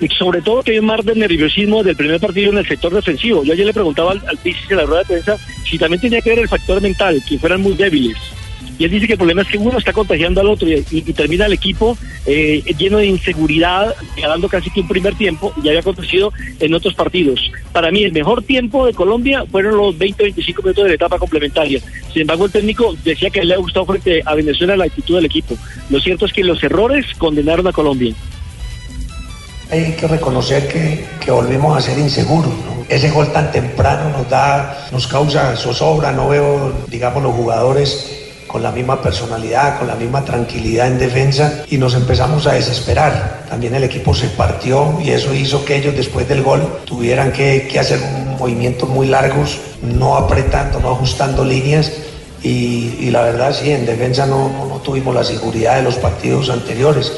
Y sobre todo que hay un mar de nerviosismo del primer partido en el sector defensivo. Yo ayer le preguntaba al, al Pisis en la rueda de prensa si también tenía que ver el factor mental, que fueran muy débiles. Y él dice que el problema es que uno está contagiando al otro y, y- y termina el equipo eh, lleno de inseguridad, ganando casi que un primer tiempo, y ya había acontecido en otros partidos. Para mí, el mejor tiempo de Colombia fueron los 20-25 minutos de la etapa complementaria. Sin embargo, el técnico decía que le ha gustado frente a Venezuela la actitud del equipo. Lo cierto es que los errores condenaron a Colombia. Hay que reconocer que, que volvimos a ser inseguros. ¿no? Ese gol tan temprano nos da, nos causa zozobra. No veo, digamos, los jugadores con la misma personalidad, con la misma tranquilidad en defensa y nos empezamos a desesperar. También el equipo se partió y eso hizo que ellos después del gol tuvieran que, que hacer movimientos muy largos, no apretando, no ajustando líneas y, y la verdad sí, en defensa no- no- no tuvimos la seguridad de los partidos anteriores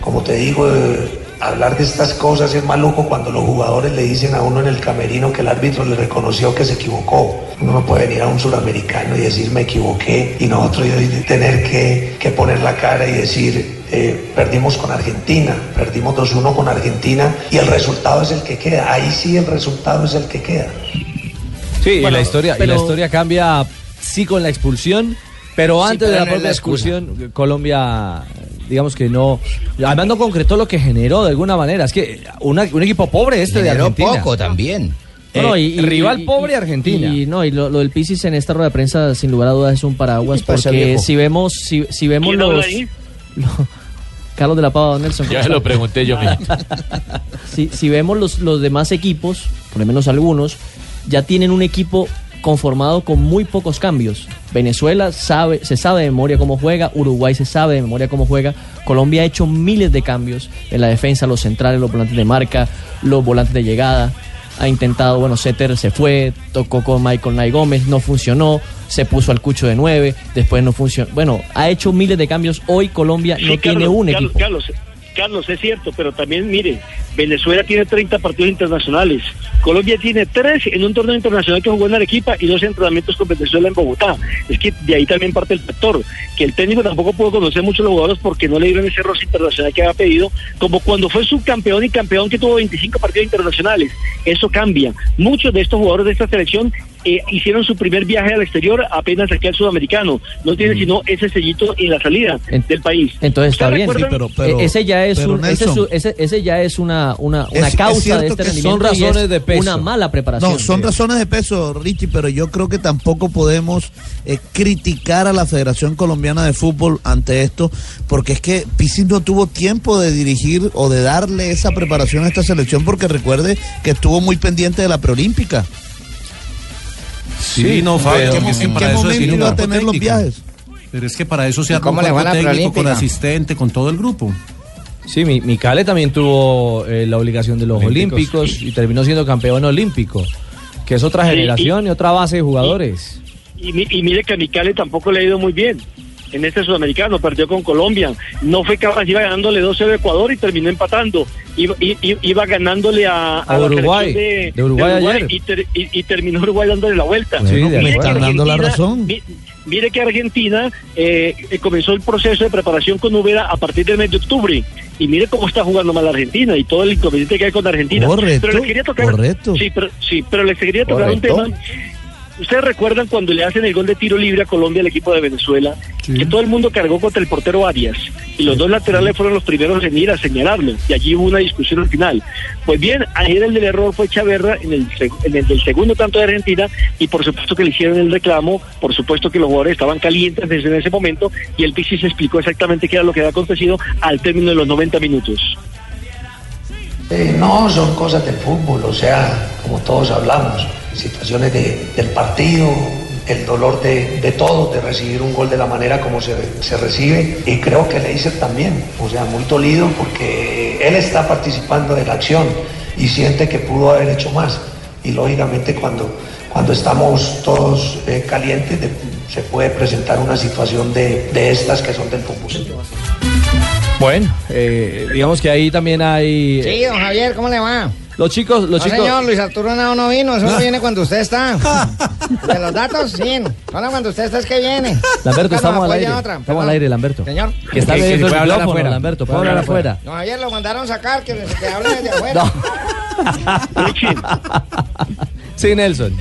como te digo, eh, hablar de estas cosas es maluco cuando los jugadores le dicen a uno en el camerino que el árbitro le reconoció que se equivocó. Uno no puede venir a un suramericano y decir me equivoqué y nosotros tener que, que poner la cara y decir eh, perdimos con Argentina, perdimos 2-1 con Argentina y el resultado es el que queda. Ahí sí el resultado es el que queda. Sí, y la historia, y pero- la historia cambia sí con la expulsión, pero Sí, antes pero de la no es propia la excusa. expulsión, Colombia, digamos que no, además no concretó lo que generó de alguna manera. Es que una- un equipo pobre este de Generó Argentina. poco también. No, y- y- Eh, rival y- pobre y- Argentina. Y no, y lo, lo del Pisis en esta rueda de prensa, sin lugar a dudas, es un paraguas. pasa, Porque viejo? si vemos, si, si vemos ¿Quién habla [laughs] los. ahí? lo- Carlos de la Pava, Nelson. ¿cómo Ya está? lo pregunté [laughs] yo mismo. si, si vemos los, los demás equipos, por lo menos algunos, ya tienen un equipo conformado con muy pocos cambios. Venezuela sabe, se sabe de memoria cómo juega, Uruguay se sabe de memoria cómo juega, Colombia ha hecho miles de cambios en la defensa, los centrales, los volantes de marca, los volantes de llegada, ha intentado, bueno, Setter se fue, tocó con Michael Nay Gómez, no funcionó, se puso al cucho de nueve, después no funcionó, bueno, ha hecho miles de cambios, hoy Colombia no Sí, tiene Carlos, un Carlos, equipo. Carlos, Carlos, es cierto, pero también, mire, Venezuela tiene 30 partidos internacionales. Colombia tiene 3 en un torneo internacional que jugó en Arequipa y dos entrenamientos con Venezuela en Bogotá. Es que de ahí también parte el factor, que el técnico tampoco pudo conocer mucho a los jugadores porque no le dieron ese roce internacional que había pedido, como cuando fue subcampeón y campeón que tuvo 25 partidos internacionales. Eso cambia. Muchos de estos jugadores de esta selección eh, hicieron su primer viaje al exterior apenas aquí al sudamericano. No tienen Mm. sino ese sellito en la salida del país. Entonces está ¿Ustedes bien. recuerdan? E- ese ya es pero un- ese es Nelson. un- ese- ese ya es una una, una Es- es causa cierto de este que son rendimiento y razones es de peso. una mala preparación. No, son razones de peso, Richie, pero yo creo que tampoco podemos eh, criticar a la Federación Colombiana de Fútbol ante esto, porque es que Pisis no tuvo tiempo de dirigir o de darle esa preparación a esta selección, porque recuerde que estuvo muy pendiente de la preolímpica. Sí, Sí, no, Fabio. pero es que ¿en para qué eso momento tiene un iba a cuerpo tener los técnico. viajes? Pero es que para eso se ¿Y arma un cómo le cuerpo van a la técnico con Preolímpica? asistente, con todo el grupo. Sí, mi, Micale también tuvo eh, la obligación de los Olímpicos. olímpicos. y terminó siendo campeón olímpico, que es otra Sí, generación y otra base de jugadores. y, mi- y mire que a Micale tampoco le ha ido muy bien en este sudamericano, perdió con Colombia, no fue capaz, iba ganándole 12 de Ecuador y terminó empatando, iba, i- i- iba ganándole a, A la Uruguay, selección de Uruguay ayer. y, ter- y- y terminó Uruguay dándole la vuelta. Sí, de Mire que acuerdo. Están dando la Argentina- razón. mi- Mire que Argentina eh, eh, comenzó el proceso de preparación con Ubera a partir del mes de octubre. Y mire cómo está jugando mal Argentina y todo el inconveniente que hay con Argentina. Correcto, pero les quería tocar, Sí, pero, sí, pero les quería tocar un tema ¿Ustedes recuerdan cuando le hacen el gol de tiro libre a Colombia al equipo de Venezuela? Que todo el mundo cargó contra el portero Arias. Y los dos laterales fueron los primeros en ir a señalarlo. Y allí hubo una discusión al final. Pues bien, ayer el del error fue Chaverra en el, seg- en el del segundo tanto de Argentina. Y por supuesto que le hicieron el reclamo. Por supuesto que los jugadores estaban calientes desde ese momento. Y el Pixi se explicó exactamente qué era lo que había acontecido al término de los 90 minutos. Eh, no, son cosas del fútbol, o sea, como todos hablamos. situaciones de- del partido, el dolor de, de todo, de recibir un gol de la manera como se, se recibe. Y creo que Leiser también, o sea, muy dolido porque él está participando de la acción y siente que pudo haber hecho más. Y lógicamente cuando, cuando estamos todos eh, calientes de- se puede presentar una situación de, de estas que son del fútbol. Bueno, eh, digamos que ahí también hay. eh, Sí, don Javier, ¿cómo le va? Los chicos, los no, chicos. Ah. señor, Luis Arturo no, no vino, eso no viene cuando [laughs] usted está. De los datos, sí. Solo cuando usted está es que viene. Lamberto, Nunca nos estamos al apoya aire. otra. Estamos al aire, Lamberto. Señor. Que está Sí, sí, abierto el puede hablar micrófono, afuera. Lamberto. Puede Puede hablar hablar afuera. Don Javier lo mandaron sacar, que, que hable desde afuera. Sí, Nelson.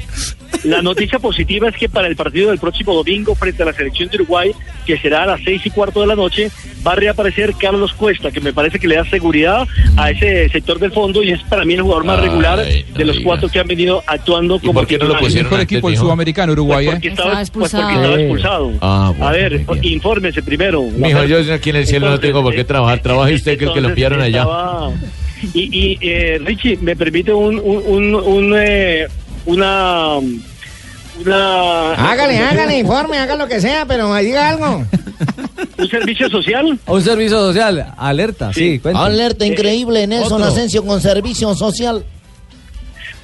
La noticia positiva es que para el partido del próximo domingo frente a la selección de Uruguay, que será a las seis y cuarto de la noche, va a reaparecer Carlos Cuesta, que me parece que le da seguridad a ese sector del fondo y es para mí el jugador más Ay, regular no de los cuatro que han venido actuando como titulares. El mejor equipo el sudamericano Uruguay, Porque ¿eh? estaba, pues porque expulsado. estaba expulsado. Ah, a ver, infórmese primero. Mijo, yo aquí en el cielo no tengo por qué trabajar. Trabaja usted que el que lo Entonces, pillaron allá. estaba- Y, y, eh, Richie, ¿me permite un, un, un, un, eh, una... Una... Hágale, hágale, informe, haga lo que sea, pero diga algo. ¿Un servicio social? [laughs] Un servicio social. Alerta, sí, cuente. Otro. Asensio con servicio social.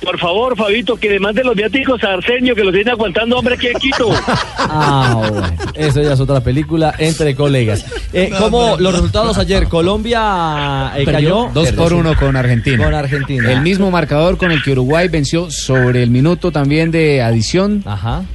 Por favor, Fabito, que además de los viáticos a Arsenio, que los viene aguantando, hombre, que quito. Ah, bueno. Eso ya es otra película entre colegas. Eh, No, ¿Cómo no, no. los resultados ayer? Colombia eh, cayó. Dos por uno con Argentina. Con Argentina. El mismo marcador con el que Uruguay venció sobre el minuto también de adición al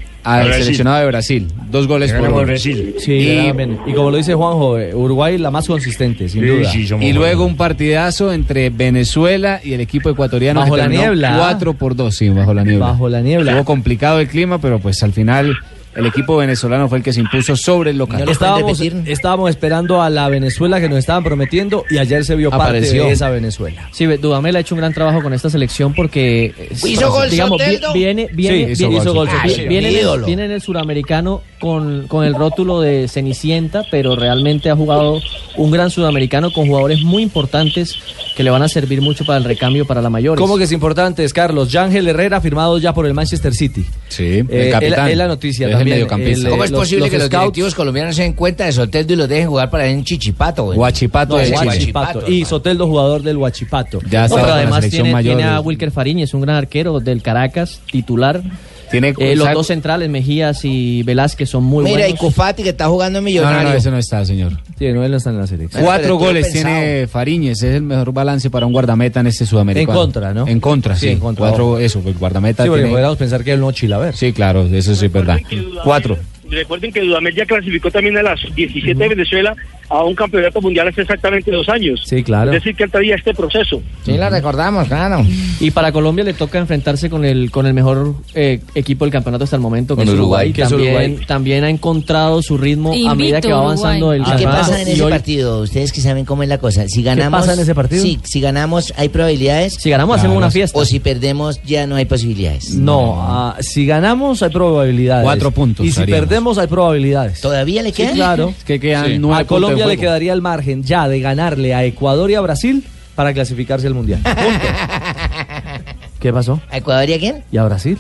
Brasil. ah, seleccionado de Brasil. Dos goles por uno. Sí, y, y como lo dice Juanjo, eh, Uruguay la más consistente, sin duda. y luego un partidazo entre Venezuela y el equipo ecuatoriano. Bajo que la terminó niebla, ¿ah? Cuatro por dos, sí, bajo la niebla. Bajo la niebla. Estuvo complicado el clima, pero pues al final el equipo venezolano fue el que se impuso sobre el local. estábamos, estábamos esperando a la Venezuela que nos estaban prometiendo y ayer se vio parte Apareció. de esa Venezuela. Sí, Dudamel ha hecho un gran trabajo con esta selección porque eh, Hizo gol digamos, vi- Soteldo. viene, viene, Sí, hizo viene- gol hizo gol Soteldo. Soteldo. Ay, viene, en el, ídolo. viene en el suramericano con, con el rótulo de Cenicienta, pero realmente ha jugado un gran sudamericano con jugadores muy importantes que le van a servir mucho para el recambio para la mayores. ¿Cómo que es importante, es, Carlos? Yángel Herrera firmado ya por el Manchester City. Sí, Eh, es la- es la noticia también, el, eh, ¿Cómo es los- posible los que los scouts- directivos colombianos se den cuenta de Soteldo y los dejen jugar para en Chichipato? güey? No, No, Guachipato. Guachipato. Y Soteldo, jugador del Guachipato. Ya No, estaba pero con la además selección tiene, mayor tiene a del- Wilker Fariñez, un gran arquero del Caracas, titular. Tiene Eh, los sabe- dos centrales, Mejías y Velázquez, son muy Mira, y buenos. Cufati que está jugando en No, no, no, Millonarios. ese no está, señor. Sí, no, él no está en la selección. Cuatro Pero tú goles pensado. tiene Fariñez, es el mejor balance para un guardameta en este sudamericano. En contra, ¿no? En contra, sí. Sí, en contra. Cuatro, eso, el guardameta Sí, porque tiene- podríamos pensar que él no chilaver. Sí, claro, eso sí es verdad. Cuatro. Recuerden que Dudamel ya clasificó también a las 17 de Venezuela a un campeonato mundial hace exactamente dos años. Sí, claro. Es decir, que entraría este proceso. Sí, la recordamos, claro. Y para Colombia le toca enfrentarse con el con el mejor eh, equipo del campeonato hasta el momento, que Con es Uruguay, Uruguay. que es también, Uruguay. también ha encontrado su ritmo a medida que va avanzando el ¿Y qué campeonato. pasa en Y ese hoy- partido? Ustedes que saben cómo es la cosa. Si ganamos, pasa en ese partido? Sí, si ganamos hay probabilidades. Si ganamos hacemos una fiesta. O si perdemos ya no hay posibilidades. No, ah, si ganamos hay probabilidades. Cuatro puntos Y si haríamos. perdemos hay probabilidades. ¿Todavía le Sí, queda? claro. Es que quedan Sí. nueve A Colombia puntos de le juego. quedaría el margen ya de ganarle a Ecuador y a Brasil para clasificarse al Mundial. [laughs] Punto. ¿Qué pasó? ¿A Ecuador y a quién? ¿Y a Brasil?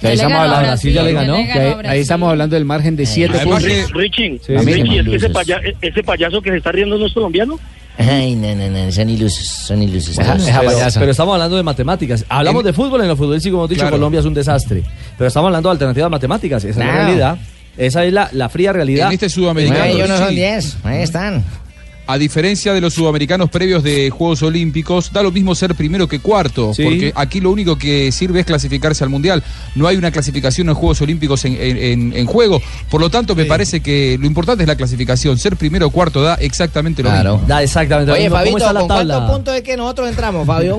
Que ahí estamos hablando. Que ahí- Ahí estamos hablando del margen de siete puntos. eh, Richie, Sí. Richie, Amén. es que ese, paya- eh, ese payaso que se está riendo no es colombiano. Ay, no, no, no, son ilusos, son ilusos. todos. pero, pero estamos hablando de matemáticas. Hablamos de fútbol en los fútbol, sí, como hemos dicho, Claro. Colombia es un desastre. Pero estamos hablando de alternativas matemáticas. Esa es la Claro. realidad. Esa es la, la fría realidad. En este sudamericano, Nueve, ellos no son sí. diez, ahí están. A diferencia de los sudamericanos previos de Juegos Olímpicos, da lo mismo ser primero que cuarto, Sí. porque aquí lo único que sirve es clasificarse al Mundial. No hay una clasificación en Juegos Olímpicos en, en- en- en juego. Por lo tanto, me parece que lo importante es la clasificación. Ser primero o cuarto da exactamente lo mismo. Da exactamente. lo Oye, mismo. ¿Cómo Fabito, está la ¿con tabla? cuántos puntos es que nosotros entramos, Fabio?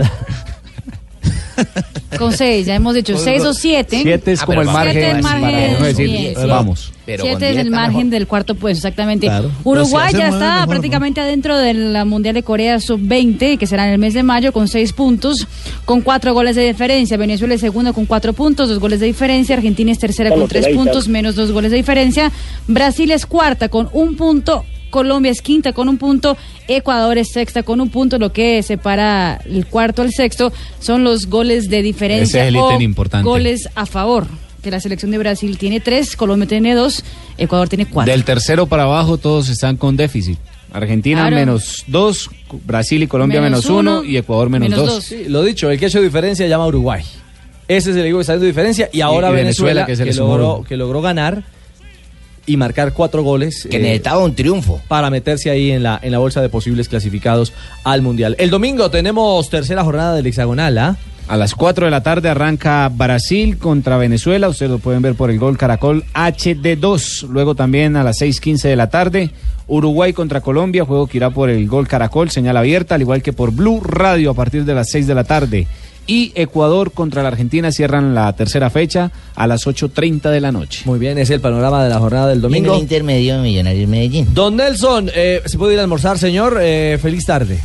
Con seis, ya hemos dicho seis o siete. Siete es Ah, como pero el margen, siete es para margen, no decir, bien, sí. vamos. Siete es el margen del cuarto puesto, exactamente. Claro. Pero Uruguay si ya hacen está mejor, ¿no? prácticamente adentro del Mundial de Corea Sub-20, que será en el mes de mayo, con seis puntos, con cuatro goles de diferencia. Venezuela es segundo con cuatro puntos, dos goles de diferencia. Argentina es tercera con Vamos, tres peladita. puntos, menos dos goles de diferencia. Brasil es cuarta con un punto, Colombia es quinta con un punto, Ecuador es sexta con un punto, lo que separa el cuarto al sexto son los goles de diferencia. Ese es el o ítem importante. Goles a favor, que la selección de Brasil tiene tres, Colombia tiene dos, Ecuador tiene cuatro. Del tercero para abajo todos están con déficit. Argentina Claro. menos dos, Brasil y Colombia Menos menos, uno, uno, y Ecuador menos, menos dos. dos. Sí, lo dicho, el que ha hecho diferencia llama a Uruguay. Ese es el equipo que está haciendo diferencia y ahora y Venezuela, Venezuela, que se que, le sumó logró, uno. que logró ganar y marcar cuatro goles. eh, Que necesitaba un triunfo. Para meterse ahí en la, en la bolsa de posibles clasificados al Mundial. El domingo tenemos tercera jornada del hexagonal, ¿ah? A las 4 de la tarde arranca Brasil contra Venezuela. Ustedes lo pueden ver por el gol Caracol HD2. Luego también a las 6.15 de la tarde, Uruguay contra Colombia. Juego que irá por el gol Caracol, señal abierta, al igual que por Blue Radio a partir de las 6 de la tarde. Y Ecuador contra la Argentina cierran la tercera fecha a las 8.30 de la noche. Muy bien, es el panorama de la jornada del domingo. intermedio de Millonarios Medellín. Don Nelson, eh, ¿se puede ir a almorzar, señor? Eh, feliz tarde.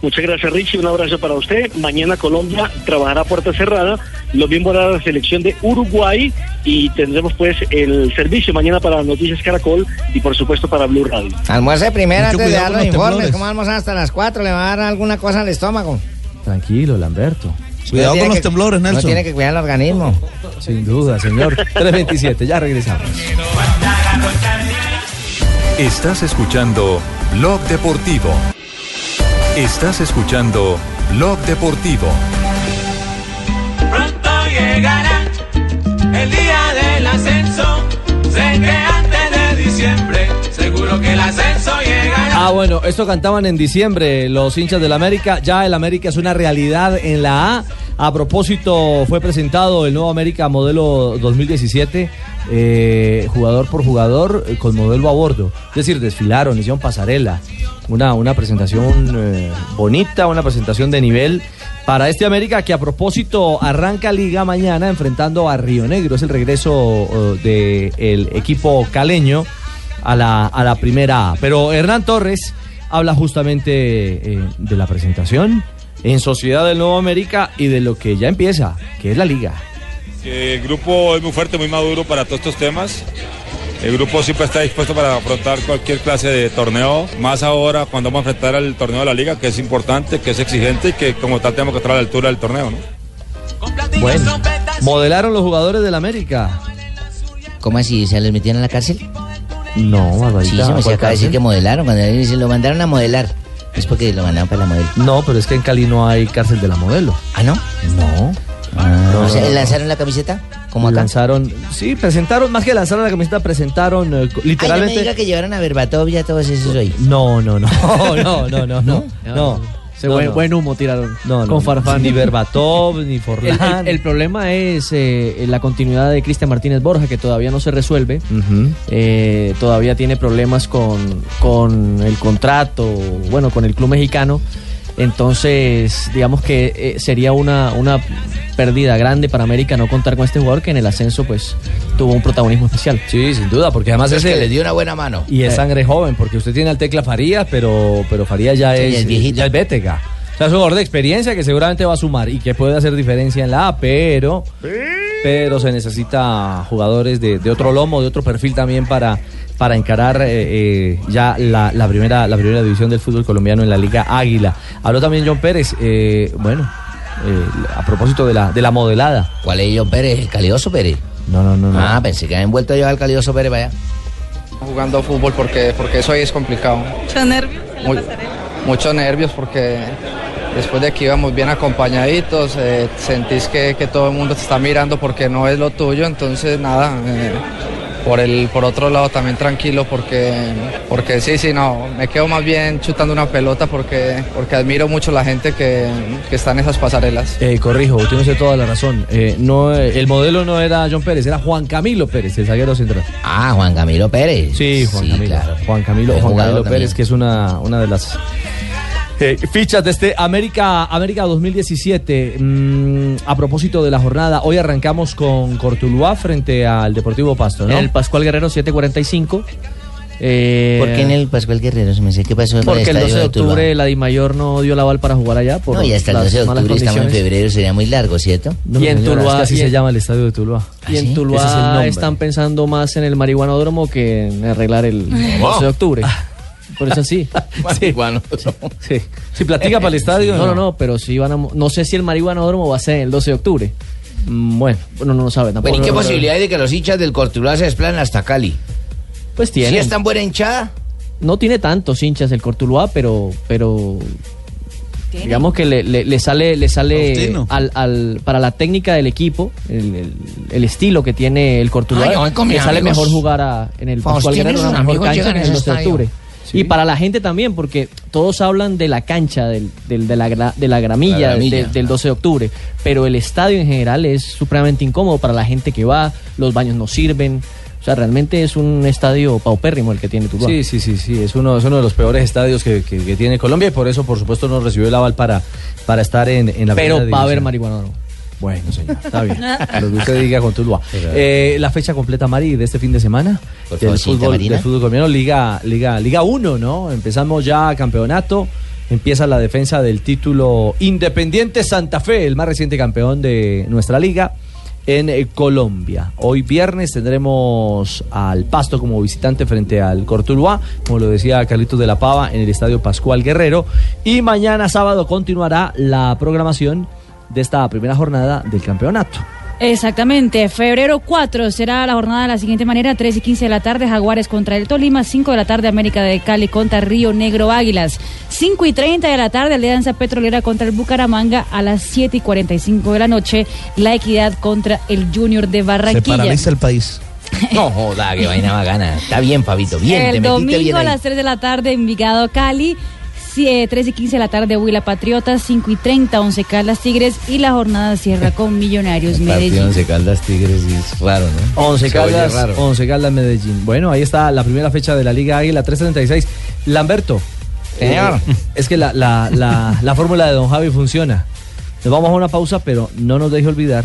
Muchas gracias, Richie. Un abrazo para usted. Mañana Colombia trabajará a puerta cerrada. Lo mismo hará la selección de Uruguay. Y tendremos, pues, el servicio mañana para Noticias Caracol y, por supuesto, para Blue Radio. Almuerce primero Mucho antes de cuidado con dar los los informes. temblores. ¿Cómo almorzan hasta las 4? ¿Le va a dar alguna cosa al estómago? Tranquilo, Lamberto. Cuidado Tiene con los que- temblores, Nelson. no tiene que cuidar el organismo. Sin duda, [laughs] señor. 327, ya regresamos. Estás escuchando Blog Deportivo. Estás escuchando Blog Deportivo. Pronto llegará el día del ascenso. Sé que antes de diciembre, seguro que el ascenso llegará. Ah, bueno, esto cantaban en diciembre los hinchas del América. Ya el América es una realidad en la A. A propósito, fue presentado el nuevo América modelo 2017, eh, jugador por jugador, eh, con modelo a bordo. Es decir, desfilaron, hicieron pasarela. Una, una presentación eh, bonita, una presentación de nivel para este América que a propósito arranca liga mañana enfrentando a Río Negro. Es el regreso del equipo caleño a la, a la primera A. Pero Hernán Torres habla justamente eh, de la presentación en Sociedad del Nuevo América y de lo que ya empieza, que es la liga. Que el grupo es muy fuerte, muy maduro para todos estos temas. El grupo siempre está dispuesto para afrontar cualquier clase de torneo, más ahora cuando vamos a enfrentar al torneo de la liga, que es importante, que es exigente y que como tal tenemos que estar a la altura del torneo. ¿no? Bueno, modelaron los jugadores del América. ¿Cómo así? ¿Se les metieron a la cárcel? No, Sí, se me acaba de ¿cuál decir cárcel? que modelaron. Cuando él dice, lo mandaron a modelar. Es porque lo mandaron para la modelo. No, pero es que en Cali no hay cárcel de la modelo. ¿Ah, no? Ah, No. O sea, ¿Lanzaron la camiseta? como Lanzaron, sí, presentaron, más que lanzaron la camiseta, presentaron eh, Ay, no co- me literalmente. diga que llevaron a Berbatov y a todos esos hoy. No, no, [laughs] no, no, no, no, no. no. Se buen- buen humo tiraron. No, no, con Farfán. Ni Berbatov, ni El, el- Forlán. el problema es eh, la continuidad de Cristian Martínez Borja, que todavía no se resuelve. Eh, todavía tiene problemas con, con el contrato, bueno, con el club mexicano. Entonces, digamos que eh, sería una, una pérdida grande para América no contar con este jugador que en el ascenso pues tuvo un protagonismo especial. Eh. Sí, sin duda, porque además es ese- mano. Y es sangre joven, porque usted tiene al Tecla Farías, pero, pero Farías ya Sí, es, eh, ya es viejito. ya es bétega. O sea, es un jugador de experiencia que seguramente va a sumar y que puede hacer diferencia en la A, pero, pero se necesita jugadores de, de otro lomo, de otro perfil también para, para encarar eh, eh, ya la, la primera, la primera división del fútbol colombiano en la Liga Águila. Habló también John Pérez, eh, bueno, eh, a propósito de la, de la modelada. ¿Cuál es John Pérez? ¿El Calioso Pérez? No, no, no. Ah, pensé que habían vuelto a llevar al Calioso Pérez para allá. jugando fútbol porque, porque eso ahí es complicado. Mucho nervio. Muy- muchos nervios porque después de que íbamos bien acompañaditos, eh, sentís que, que todo el mundo te está mirando porque no es lo tuyo, entonces nada. eh, por, el, por otro lado también tranquilo porque, porque sí, sí, no, me quedo más bien chutando una pelota porque, porque admiro mucho la gente que, que está en esas pasarelas. Eh, corrijo, usted no toda la razón. Eh, no, eh, el modelo no era John Pérez, era Juan Camilo Pérez, el zaguero central. Ah, Juan Camilo Pérez. Sí, Juan Sí, Camilo. claro. Juan Camilo, Buen Juan jugador Camilo también. Pérez, que es una, una de las eh, fichas de este América, América 2017. Mm, a propósito de la jornada, hoy arrancamos con Cortuluá frente al Deportivo Pasto, ¿no? El Pascual Guerrero 745. Eh, ¿Por qué en el Pascual Guerrero se me dice qué pasó con Porque el estadio 12 de Tuluá? octubre la DIMAYOR no dio el aval para jugar allá. Por No, y hasta el las 12 de malas octubre estamos en condiciones. febrero, sería muy largo, ¿cierto? ¿Ah, Y en Tuluá- así y se en- llama el estadio de Tuluá. Y en Tuluá Ese es el nombre. están pensando más en el marihuanódromo que en arreglar [laughs] el Wow. Oh. 12 de octubre. Por eso sí. [laughs] Marihuanódromo. Sí. Si platica para el estadio. No, no, no, pero sí van a. mo- No sé si el marihuanódromo va a ser el 12 de octubre. Mm, Bueno, no, no, no sabe tampoco. Bueno, ¿y qué No, no, no. posibilidad hay de que los hinchas del Cortuluá se desplanen hasta Cali? Pues tiene. ¿Sí es tan buena hinchada? No tiene tantos hinchas el Cortuluá, pero. pero Digamos que le, le- le sale, le sale Faustino. al, al- para la técnica del equipo, el, el- el estilo que tiene el Cortuluá, Ay, hoy con le mis sale amigos. mejor jugar a- en el Pascual Faustino y Guerrero, sus una mejor amigos cancha llegan que a en el ese 12 de estadio. octubre. Y para la gente también, porque todos hablan de la cancha, del, del- de, la gra- de la gramilla, La gramilla. de- del 12 de octubre, pero el estadio en general es supremamente incómodo para la gente que va, los baños no sirven. O sea, realmente es un estadio paupérrimo el que tiene Tuluá. Sí, sí, sí, sí, es uno, es uno de los peores estadios que, que- que tiene Colombia y por eso, por supuesto, no recibió el aval para, para estar en, en la primera pero va a haber división. marihuana. Bueno, señor, [laughs] está [laughs] bien. Lo que usted diga con Tuluá. Eh, la fecha completa, Mari, de este fin de semana. Por Del favorcita, fútbol, Marina. del fútbol colombiano, Liga, Liga, Liga 1, ¿no? Empezamos ya campeonato. Empieza la defensa del título Independiente Santa Fe, el más reciente campeón de nuestra liga en eh, Colombia. Hoy viernes tendremos al Pasto como visitante frente al Cortuluá, como lo decía Carlitos de la Pava, en el Estadio Pascual Guerrero. Y mañana sábado continuará la programación de esta primera jornada del campeonato. Exactamente, febrero 4 será la jornada de la siguiente manera, 3 y 15 de la tarde Jaguares contra el Tolima, 5 de la tarde América de Cali contra Río Negro Águilas, 5 y 30 de la tarde Alianza Petrolera contra el Bucaramanga, a las 7 y 45 de la noche La Equidad contra el Junior de Se Barranquilla. paraliza el país. [laughs] No joda, qué vaina bacana. Está bien, Fabito, bien, te el metiste domingo bien a ahí. las 3 de la tarde Envigado Cali, 3 y 15 de la tarde Huila Patriotas, 5 y 30 Once Caldas Tigres y la jornada cierra con Millonarios Partido Medellín. Once Caldas Tigres es raro, ¿no? Once Se oye Caldas, raro. Once Caldas Medellín. Bueno, ahí está la primera fecha de la Liga Águila 336. Lamberto. Señor. eh, es que la, la- la- la fórmula de Don Javi funciona. Nos vamos a una pausa, pero no nos deje olvidar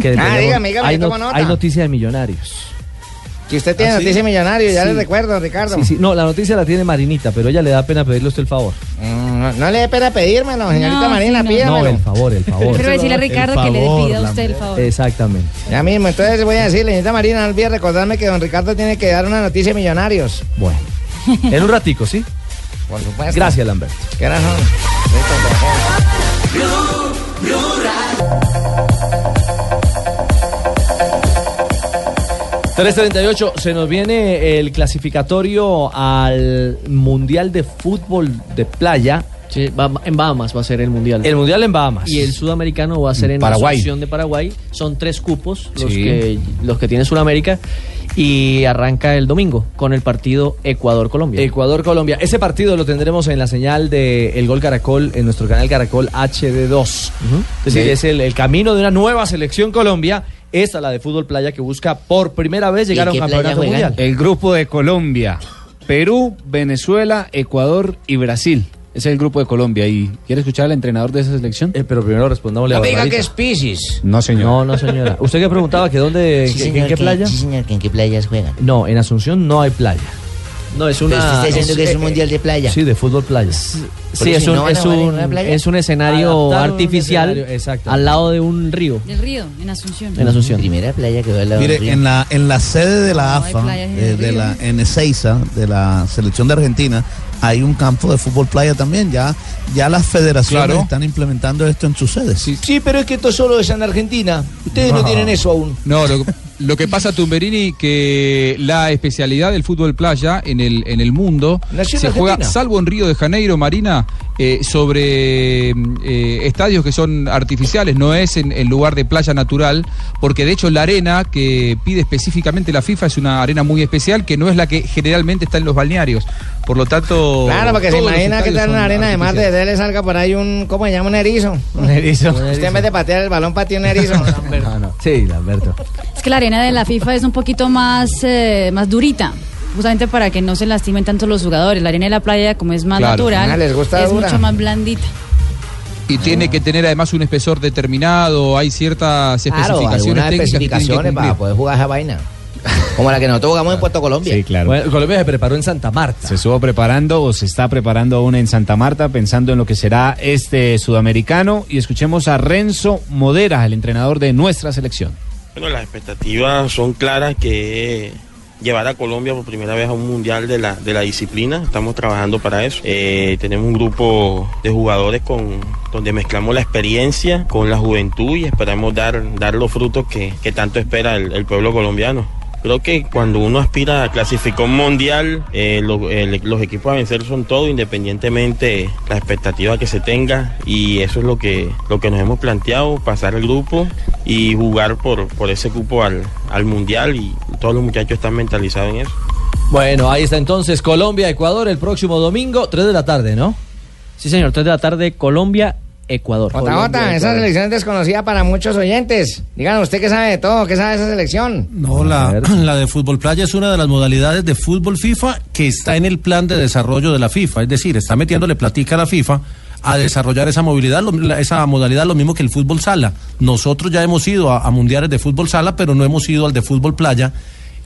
que tenemos- Ah, dígame, dígame, hay, tomo nota. hay noticias de millonarios. Que usted tiene ¿Ah, sí? noticia millonario, ya Sí. le recuerdo, Ricardo. Sí, sí, No, la noticia la tiene Marinita, pero ella le da pena pedirle a usted el favor. Mm, No, no le dé pena pedírmelo, señorita No, Marina, sí, no. pídamelo. No, el favor, el favor. Quiero decirle a El Ricardo que le favor, pida a usted el Lamberto. favor. Exactamente. Ya mismo, entonces voy a decirle, señorita Marina, no olvide recordarme que don Ricardo tiene que dar una noticia de millonarios. Bueno. En un ratico, ¿sí? Por supuesto. Gracias, Lamberto. Que era- ocho se nos viene el clasificatorio al Mundial de Fútbol de Playa. en Bahamas va a ser el Mundial. El Mundial en Bahamas. Y el sudamericano va a ser en Paraguay. Asunción de Paraguay. Son tres cupos los, Sí. que, los que tiene Sudamérica. Y arranca el domingo con el partido Ecuador-Colombia. Ecuador-Colombia. Ese partido lo tendremos en la señal de El Gol Caracol, en nuestro canal Caracol HD2. Es decir, Sí. es el, el camino de una nueva selección Colombia. Esta, la de fútbol playa, que busca por primera vez llegar a un campeonato mundial. El grupo de Colombia, Perú, Venezuela, Ecuador y Brasil. Es el grupo de Colombia. ¿Y quiere escuchar al entrenador de esa selección? Eh, pero primero respondámosle a No me diga que es Pisces. No, señor. No, no, señora. ¿Usted qué preguntaba? ¿Que dónde? Eh, Sí, que- señor, ¿En qué que- playa? Sí, señor, que en qué playas juegan. No, en Asunción no hay playa. No, es Pero usted está diciendo que es un mundial de playa. Sí, de fútbol playa. Sí, es un, es, un, es un escenario Adaptar un artificial escenario, exacto. al lado de un río. Del río, en Asunción. Primera playa que va al lado del Mire, río. en la, en la sede de la No, hay AFA, playas en eh, el de río. la, en Ezeiza, de la selección de Argentina, hay un campo de fútbol playa también. Ya, ya las federaciones Claro. están implementando esto en sus sedes. Ah. Sí, pero es que esto solo es en Argentina. Ustedes no, No. tienen eso aún. No, lo, lo que pasa, Tumberini, que la especialidad del fútbol playa en el, en el mundo Nació en se juega, Argentina. salvo en Río de Janeiro, Marina, eh, sobre mm, eh, estadios que son artificiales, no es en, en lugar de playa natural, porque de hecho la arena que pide específicamente la FIFA es una arena muy especial, que no es la que generalmente está en los balnearios. Por lo tanto... Claro, porque se Oh, todos los imagina que estadios está en son una arena de mar, artificiales. de le salga por ahí un, ¿cómo se llama? Un erizo. Un erizo. [laughs] Usted en vez de patear el balón, patea un erizo. No, no. Sí, Alberto. Es que la arena de la FIFA es un poquito más, eh, más durita. Justamente para que no se lastimen tanto los jugadores. La arena de la playa, como es más Claro. natural, Ah, les gusta es dura. mucho más blandita. Y tiene que tener además un espesor determinado, hay ciertas Claro, especificaciones algunas técnicas que tienen que especificaciones para cumplir. poder jugar esa vaina. Como la que nosotros jugamos en Puerto Colombia. Sí, [laughs] claro. Colombia se preparó en Santa Marta. Se estuvo preparando o se está preparando una en Santa Marta pensando en lo que será este sudamericano y escuchemos a Renzo Modera, el entrenador de nuestra selección. Bueno, las expectativas son claras que eh, llevar a Colombia por primera vez a un mundial de la, de la disciplina. Estamos trabajando para eso. Eh, tenemos un grupo de jugadores con donde mezclamos la experiencia con la juventud y esperamos dar, dar los frutos que, que tanto espera el- el pueblo colombiano. Creo que cuando uno aspira a clasificar un mundial, eh, lo- el- los equipos a vencer son todo, independientemente la expectativa que se tenga. Y eso es lo que, lo que nos hemos planteado, pasar el grupo y jugar por, por ese cupo al, al mundial. Y todos los muchachos están mentalizados en eso. Bueno, ahí está entonces Colombia, Ecuador el próximo domingo, 3 de la tarde, ¿no? Sí, señor, 3 de la tarde, Colombia, Ecuador. Jota, esa selección es desconocida para muchos oyentes. Díganos, ¿usted qué sabe de todo? ¿Qué sabe de esa selección? No, la, [clears throat] la de fútbol playa es una de las modalidades de fútbol FIFA que está en el plan de desarrollo de la FIFA. Es decir, está metiéndole platica a la FIFA a desarrollar esa movilidad, lo- la- esa modalidad, lo mismo que el fútbol sala. Nosotros ya hemos ido a, a mundiales de fútbol sala, pero no hemos ido al de fútbol playa.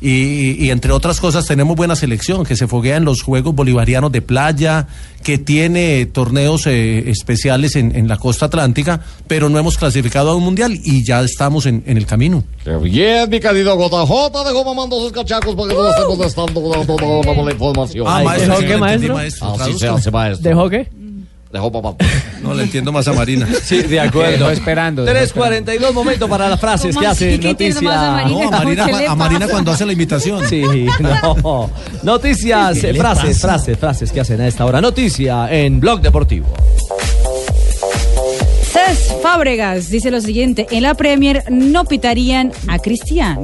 Y, y- y entre otras cosas tenemos buena selección que se foguea en los Juegos Bolivarianos de Playa, que tiene torneos eh, especiales en, en la costa atlántica, pero no hemos clasificado a un mundial y ya estamos en- en el camino. Bien, mi querido Gota Jota, dejó mamando sus cachacos porque no estemos ¡Uh! molestando con toda, toda- toda la información. Ah, Ah, maestro, ¿Dejó qué, sí, maestro? entendí, maestro. Así se Traduzca. hace, maestro. ¿Dejó qué? Dejó papá. No le entiendo más a Marina. [laughs] Sí, de acuerdo. 3.42 momento para las frases que hacen noticia. No, a Marina, cua- a Marina cuando hace la imitación. Sí, [laughs] no. Noticias, ¿Qué eh, le frases, pasa? frases, frases que hacen a esta hora. Noticia en Blog Deportivo. Cés Fábregas dice lo siguiente, en la Premier no pitarían a Cristiano.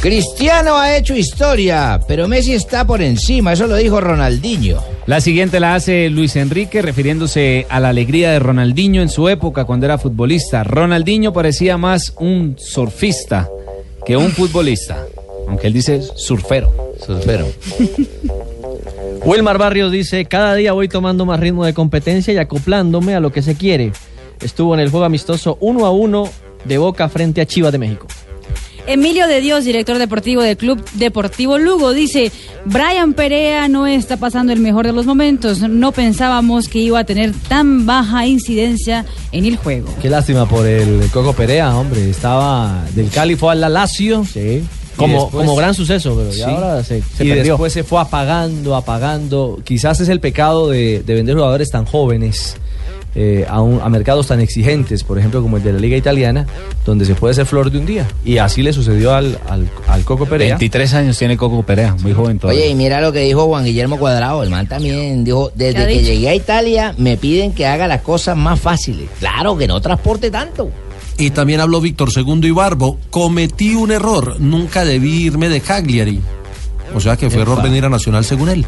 Cristiano ha hecho historia, pero Messi está por encima, eso lo dijo Ronaldinho. La siguiente la hace Luis Enrique refiriéndose a la alegría de Ronaldinho en su época cuando era futbolista. Ronaldinho parecía más un surfista que un futbolista, aunque él dice surfero. Surfero. Wilmar Barrios dice, cada día voy tomando más ritmo de competencia y acoplándome a lo que se quiere. Estuvo en el juego amistoso 1 a 1 de Boca frente a Chivas de México. Emilio de Dios, director deportivo del Club Deportivo Lugo, dice, Brian Perea no está pasando el mejor de los momentos, no pensábamos que iba a tener tan baja incidencia en el juego. Qué lástima por el Coco Perea, hombre. Estaba del Cali, fue al la Lazio. Sí. Como- como gran suceso, pero ya ahora se- se y perdió. después se fue apagando, apagando. Quizás es el pecado de, de vender jugadores tan jóvenes eh, a, un- a mercados tan exigentes, por ejemplo, como el de la Liga Italiana, donde se puede ser flor de un día. Y así le sucedió al, al, al Coco Perea. 23 años tiene Coco Perea, muy joven todavía. Oye, y mira lo que dijo Juan Guillermo Cuadrado, el man también dijo, ¿Qué ha desde que dicho? llegué a Italia me piden que haga las cosas más fáciles. Claro, que no transporte tanto. Y también habló Víctor Segundo Ibarbo. Cometí un error. Nunca debí irme de Cagliari. O sea que fue error Epa. venir a Nacional según él.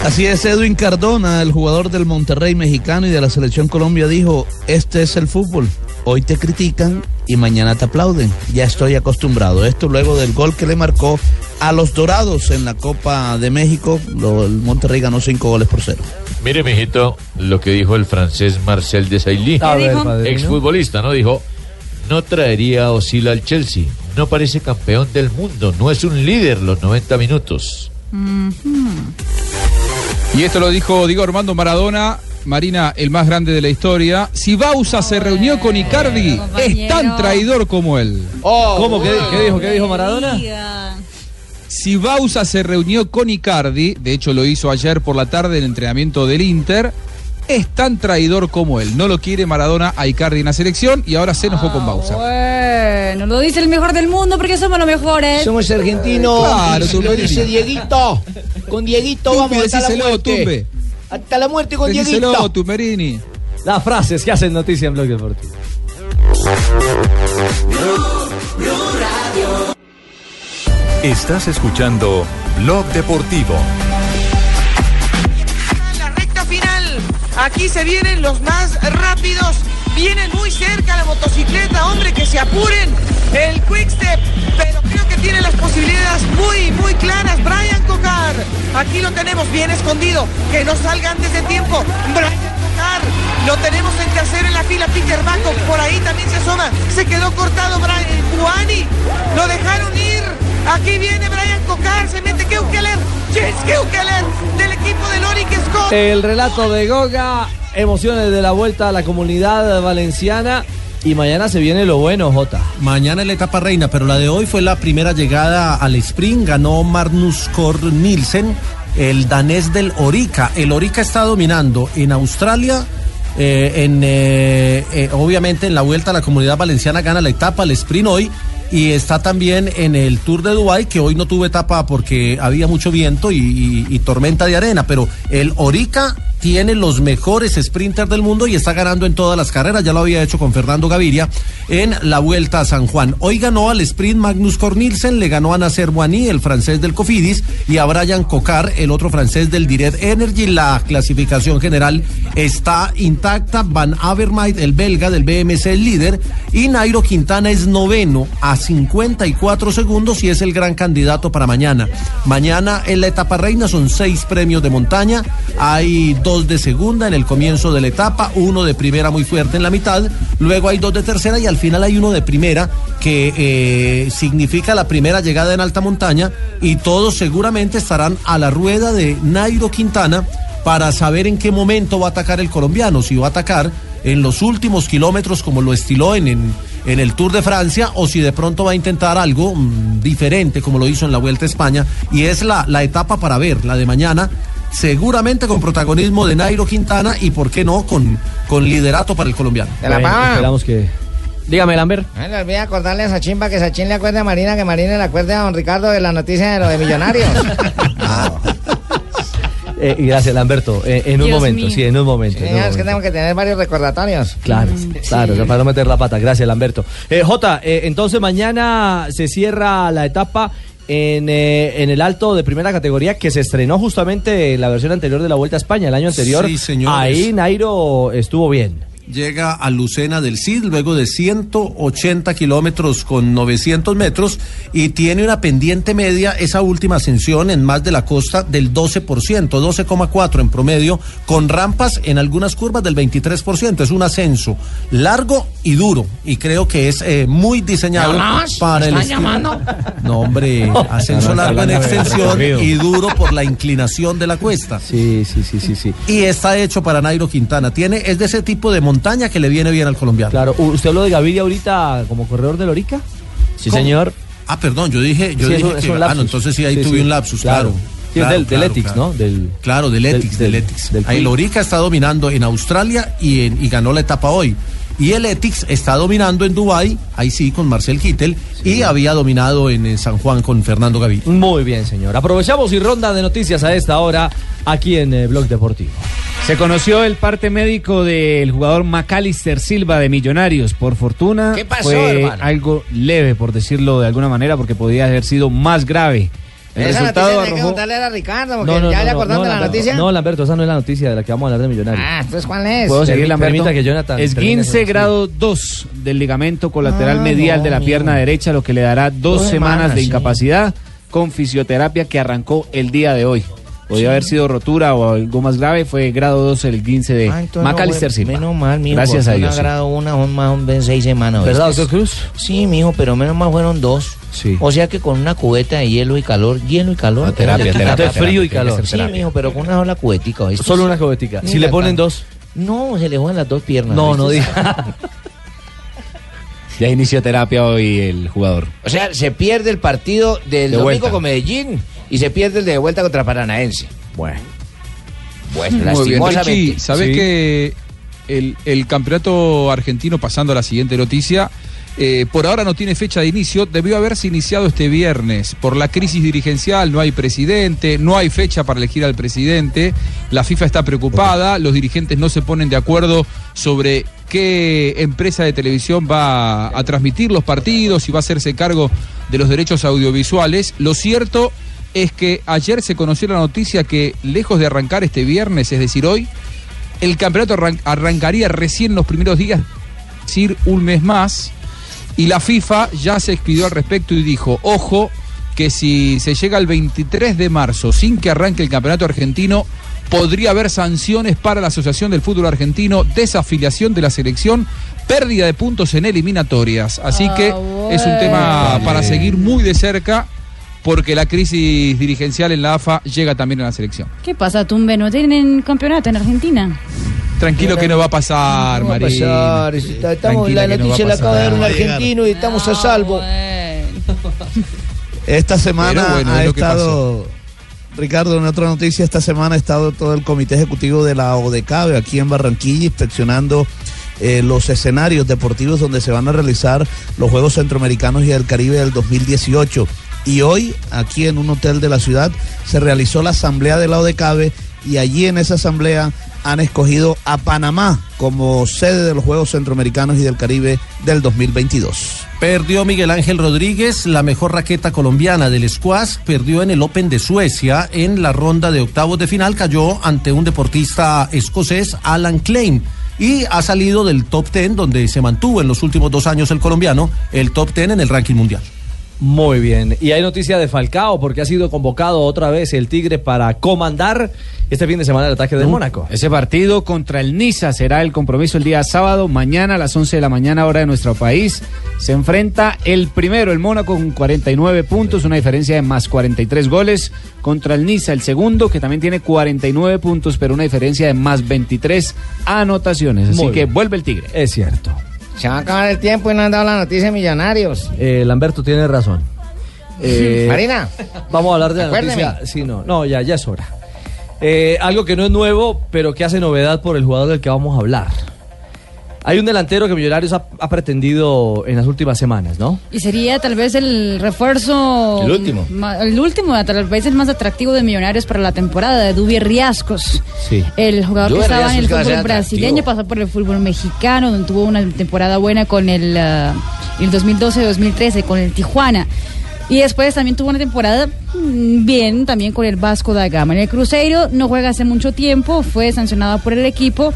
Así es, Edwin Cardona, el jugador del Monterrey mexicano y de la selección Colombia, dijo, este es el fútbol. Hoy te critican y mañana te aplauden. Ya estoy acostumbrado. Esto luego del gol que le marcó a los Dorados en la Copa de México. Lo- el Monterrey ganó cinco goles por cero. Mire, mijito, lo que dijo el francés Marcel Desailly, A ver, padrino. exfutbolista, ¿no? Dijo, no traería a Osila al Chelsea, no parece campeón del mundo, no es un líder los 90 minutos. Y esto lo dijo Diego Armando Maradona, Marina, el más grande de la historia. Si Bausa se reunió con Icardi, es tan traidor como él. Oh, ¿Cómo? ¿Qué, qué dijo? ¿Qué dijo Maradona? Si Bausa se reunió con Icardi, de hecho lo hizo ayer por la tarde en el entrenamiento del Inter, es tan traidor como él. No lo quiere Maradona a Icardi en la selección y ahora se enojó con Bausa. Bueno, lo dice el mejor del mundo porque somos los mejores. Somos argentinos. Claro, y tú lo lo dice dirías. Dieguito. Con Dieguito Tumbe, vamos hasta la decíselo, muerte. Tumbe. Hasta la muerte con Decíselo, Dieguito. Tumberini. Las frases que hacen noticia en Blog Deportivo. Estás escuchando Blog Deportivo. recta final. Aquí se vienen los más rápidos. Vienen muy cerca la motocicleta, hombre, que se apuren. El quick step, pero creo que tiene las posibilidades muy, muy claras. Brian Cocar, aquí lo tenemos bien escondido. Que no salga antes de tiempo. Brian Cocar, lo tenemos en tercero en la fila. Peter Bacco, por ahí también se asoma. Se quedó cortado Brian. Sejuani. Lo dejaron ir. Aquí viene Brian Cocar. Se mete Keukeler. James Keukeler del equipo de Lori Scott. El relato de Goga, emociones de la vuelta a la comunidad valenciana. Y mañana se viene lo bueno, Jota. Mañana es la etapa reina, pero la de hoy fue la primera llegada al sprint. Ganó Magnus Cor Nielsen, el danés del Orica. El Orica está dominando en Australia. eh, en, eh, eh, obviamente en la vuelta a la comunidad valenciana gana la etapa, el sprint hoy. Y está también en el Tour de Dubai, que hoy no tuvo etapa porque había mucho viento y, y- y tormenta de arena. Pero el Orica tiene los mejores sprinters del mundo y está ganando en todas las carreras. Ya lo había hecho con Fernando Gaviria en la Vuelta a San Juan. Hoy ganó al sprint Magnus Cornilsen, le ganó a Nasser Boani, el francés del Cofidis, y a Brian Cocar, el otro francés del Direct Energy. La clasificación general está intacta. Van Avermaet, el belga del BMC, el líder, y Nairo Quintana es noveno a 54 segundos y es el gran candidato para mañana. Mañana en la etapa reina son seis premios de montaña. Hay dos de segunda en el comienzo de la etapa, uno de primera muy fuerte en la mitad, luego hay dos de tercera y al final hay uno de primera que eh, significa la primera llegada en alta montaña y todos seguramente estarán a la rueda de Nairo Quintana para saber en qué momento va a atacar el colombiano, si va a atacar en los últimos kilómetros como lo estiló en, en, en el Tour de Francia o si de pronto va a intentar algo mm, diferente como lo hizo en la Vuelta a España y es la, la etapa para ver, la de mañana, seguramente con protagonismo de Nairo Quintana y por qué no con, con liderato para el colombiano. De la Pava. Esperamos que. Dígame, Lambert. Ay, Ah, les voy a acordarle a Sachin para que Sachin le acuerde a Marina, que Marina le acuerde a don Ricardo de la noticia de lo de Millonarios. [laughs] Eh, y gracias, Lamberto. Eh, en un Dios momento, mío. Eh, sí, en un momento. en un Señores, que momento. tengo que tener varios recordatorios. Mm. Claro, claro, para no meter la pata. Gracias, Lamberto. Eh, Jota, eh, entonces mañana se cierra la etapa en, eh, en el alto de primera categoría que se estrenó justamente en la versión anterior de la Vuelta a España, el año anterior. Sí, señores. Ahí Nairo estuvo bien. llega a Lucena del Cid, luego de 180 kilómetros con 900 metros, y tiene una pendiente media, esa última ascensión en más de la costa del 12%, 12,4 en promedio, con rampas en algunas curvas del 23%. Es un ascenso largo y duro, y creo que es eh, muy diseñado para el... estilo- [laughs] No, hombre, ascenso No, no, largo en hablando de extensión recorrido. y duro por la inclinación de la cuesta. Sí, sí, sí, sí, sí. Y está hecho para Nairo Quintana. Tiene, es de ese tipo de montaña que le viene bien al colombiano. Claro, U- usted habló de Gaviria ahorita como corredor de Lorica. Sí, ¿Cómo? señor. Ah, perdón, yo dije, yo Sí, es dije un- es que- un ah, lapsus. no, entonces sí, ahí Sí, tuve sí, un lapsus, claro. claro. Sí, es del- del ethics, ¿no? Del, claro, del Ethics, del, Ethics. ahí Lorica está dominando en Australia y, en- y ganó la etapa hoy. Y el Ethics está dominando en Dubai, ahí sí, con Marcel Kittel, y había dominado en, eh, San Juan con Fernando Gaviria. Muy bien, señor. Aprovechamos y ronda de noticias a esta hora aquí en eh, Blog Deportivo. Se conoció el parte médico del jugador Macalister Silva de Millonarios. Por fortuna, ¿Qué pasó, fue hermano? algo leve, por decirlo de alguna manera, porque podía haber sido más grave. El Esa noticia resultado tenía que arrojó. contarle a Ricardo, porque ya le acordaron de la Lamberto, noticia. No, Lamberto, esa no es la noticia de la que vamos a hablar de Millonarios. Ah, entonces, ¿cuál es? ¿Puedo seguir, Permita- Lamberto? permita termine esa Esguince noticia. grado 2 del ligamento colateral Ah, medial no, de la amigo. pierna derecha, lo que le dará dos, Dos semanas, semanas, de sí. incapacidad con fisioterapia que arrancó el día de hoy. Podía haber sido rotura o algo más grave, fue grado 2 el 15 de Ah, entonces no, Macalister güey, Silva. Menos mal, mijo. Gracias a porque Dios. Una grado una, un más, un ven seis semanas. ¿Verdad, ¿oíste? doctor Cruz? Sí, mijo, pero menos mal fueron dos. Sí. O sea que con una cubeta de hielo y calor, hielo y calor. Ah, terapia, Oye, terapia, quítate terapia, tiene que ser Sí, terapia. mijo, pero con una sola cubetica, ¿oíste? Solo una cobetica. Ni Si le la ponen tan- dos. No, se le juegan las dos piernas. No, ¿oíste? no diga. Ya inició terapia hoy el jugador. O sea, se pierde el partido del De vuelta. domingo con Medellín y se pierde el de vuelta contra Paranaense. Bueno. Pues, Muy bien, lastimosamente. Richie, ¿sabes Sí. que el, el campeonato argentino, pasando a la siguiente noticia, eh, por ahora no tiene fecha de inicio, debió haberse iniciado este viernes. Por la crisis dirigencial no hay presidente, no hay fecha para elegir al presidente, la FIFA está preocupada, los dirigentes no se ponen de acuerdo sobre qué empresa de televisión va a transmitir los partidos y va a hacerse cargo de los derechos audiovisuales. Lo cierto es que ayer se conoció la noticia que lejos de arrancar este viernes, es decir, hoy, el campeonato arran- arrancaría recién los primeros días, es decir, un mes más, y la FIFA ya se expidió al respecto y dijo, ojo, que si se llega al 23 de marzo sin que arranque el campeonato argentino, podría haber sanciones para la Asociación del Fútbol Argentino, desafiliación de la selección, pérdida de puntos en eliminatorias. Así que es un tema para seguir muy de cerca porque la crisis dirigencial en la AFA llega también a la selección. ¿Qué pasa, Tumbe? ¿No tienen campeonato en Argentina? Tranquilo que no va a pasar, va a María. pasar, Tranquila Estamos, la que no va a noticia la acaba de dar un pasar. argentino y estamos Ah, a salvo. Esta semana Pero bueno, ha es lo que estado, Ricardo, en otra noticia, esta semana ha estado todo el comité ejecutivo de la ODECABE aquí en Barranquilla inspeccionando eh, los escenarios deportivos donde se van a realizar los Juegos Centroamericanos y del Caribe del 2018. Y hoy, aquí en un hotel de la ciudad, se realizó la asamblea de la ODECABE y allí en esa asamblea han escogido a Panamá como sede de los Juegos Centroamericanos y del Caribe del 2022. Perdió Miguel Ángel Rodríguez, la mejor raqueta colombiana del squash, perdió en el Open de Suecia en la ronda de octavos de final, cayó ante un deportista escocés, Alan Klein, y ha salido del top 10 donde se mantuvo en los últimos dos años el colombiano, el top 10 en el ranking mundial. Muy bien. Y hay noticia de Falcao porque ha sido convocado otra vez el Tigre para comandar este fin de semana el ataque de Mónaco. Ese partido contra el Niza será el compromiso el día sábado, mañana a las 11 de la mañana, hora de nuestro país. Se enfrenta el primero, el Mónaco, con 49 puntos, una diferencia de más 43 goles. Contra el Niza, el segundo, que también tiene 49 puntos, pero una diferencia de más 23 anotaciones. Así Muy que bien. vuelve el Tigre. Es cierto. Se va a acabar el tiempo y no han dado la noticia de Millonarios. Eh, Lamberto [laughs] tiene razón. Eh, Marina. Vamos a hablar de la Acuérdeme. noticia. Sí, no, no, ya, ya es hora. Eh, algo que no es nuevo, pero que hace novedad por el jugador del que vamos a hablar. Hay un delantero que Millonarios ha, ha pretendido en las últimas semanas, ¿no? Y sería tal vez el refuerzo. El último. ma- el último, tal vez el más atractivo de Millonarios para la temporada, de Dubier Riascos. Sí. El jugador que Dubier estaba en Riascos, el que va a ser fútbol brasileño atractivo. pasó por el fútbol mexicano, donde tuvo una temporada buena con el, ah, el 2012-2013, con el Tijuana. Y después también tuvo una temporada mm, bien, también con el Vasco da Gama. En el Cruzeiro no juega hace mucho tiempo, fue sancionado por el equipo.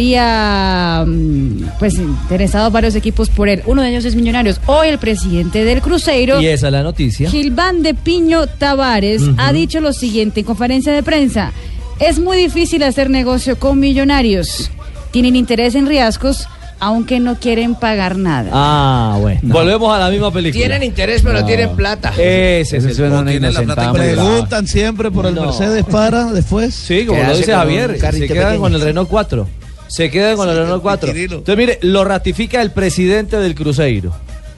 Estaría mm, pues interesado varios equipos por él. Uno de ellos es Millonarios. Hoy el presidente del Cruzeiro. y esa es la noticia. Gilván de Piño Tavares Ujú. ha dicho lo siguiente en conferencia de prensa. Es muy difícil hacer negocio con millonarios. Tienen interés en riascos, aunque no quieren pagar nada. Ah, bueno. Volvemos a la misma película. Tienen interés, pero no tienen Ah. plata. Ese es el suena una tienen la plata inocentada incorporada. muy brava. Preguntan siempre por el No. Mercedes para después. Sí, como lo dice Javier, se quedan con el Renault 4. Se quedan con el Renault 4. Entonces, mire, lo ratifica el presidente del Cruzeiro.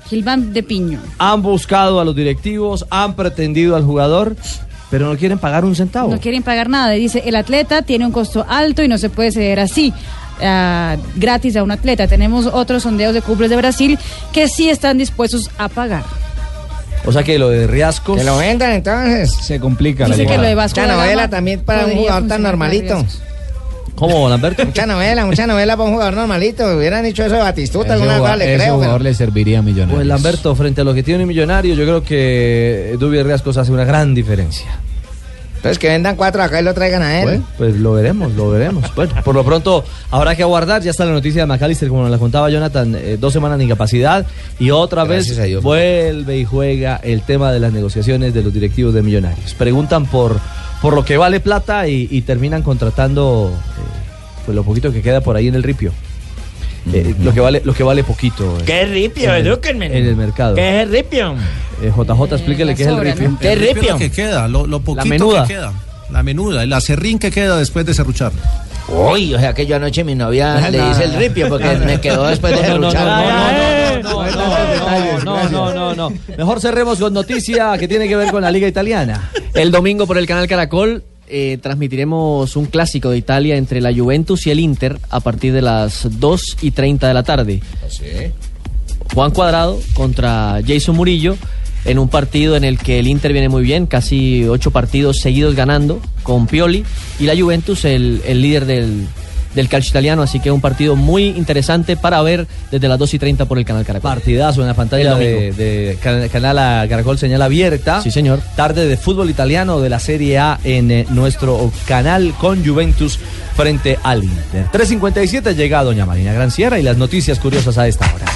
Gilván de Piño. Han buscado a los directivos, han pretendido al jugador, pero no quieren pagar un centavo. No quieren pagar nada. Dice, el atleta tiene un costo alto y no se puede ceder así. ah, gratis a un atleta. Tenemos otros sondeos de clubes de Brasil que sí están dispuestos a pagar. O sea que lo de Riascos. Que lo vendan entonces. Se complica la Dice que lo de Vasco Esta da novela Gama también para un podría jugador tan funcionar para normalito. Riascos. ¿Cómo, [laughs] Lamberto? Mucha novela, mucha novela para un jugador normalito. Hubieran dicho eso de Batistuta, Ese alguna cosa jugador, le ese creo. jugador pero- le serviría a Millonarios. Pues Lamberto, frente a lo que tiene Millonario, yo creo que Dubier Riascos hace una gran diferencia. Entonces que vendan cuatro acá y lo traigan a él. Bueno, pues lo veremos, lo veremos. [laughs] Bueno, por lo pronto habrá que aguardar. Ya está la noticia de McAllister, como nos la contaba Jonathan, eh, dos semanas de incapacidad. Y otra Gracias a vez Dios. vuelve y juega el tema de las negociaciones de los directivos de Millonarios. Preguntan por, por lo que vale plata y, y terminan contratando eh, pues lo poquito que queda por ahí en el ripio. Eh, lo, que vale, lo que vale poquito. eh, ¿Qué ripio, en el- edúquenme? En el mercado. ¿Qué es ripio? Eh, JJ, explíquele qué es el ripio. ¿Qué El ripio es ripio? lo que queda, lo, lo poquito menuda. que queda. La menuda, el acerrín que queda después de serruchar. Uy, o sea que yo anoche mi novia le hice el ripio porque me quedó después de No, no, no, luchar. no, no, no, no, no, no. Mejor cerremos con noticia que tiene que ver con la Liga Italiana. El domingo por el canal Caracol eh, transmitiremos un clásico de Italia entre la Juventus y el Inter a partir de las 2 y 30 de la tarde. Ah, Juan Cuadrado contra Jason Murillo en un partido en el que el Inter viene muy bien, casi ocho partidos seguidos ganando con Pioli y la Juventus el, el líder del, del calcio italiano, así que un partido muy interesante para ver desde las 2 y 30 por el canal Caracol. Partidazo en la pantalla de, de can- Canal a Caracol Señal Abierta. Sí, señor. Tarde de fútbol italiano de la Serie A en eh, nuestro canal con Juventus frente al Inter. 3.57 llega Doña Marina Gran Sierra y las noticias curiosas a esta hora.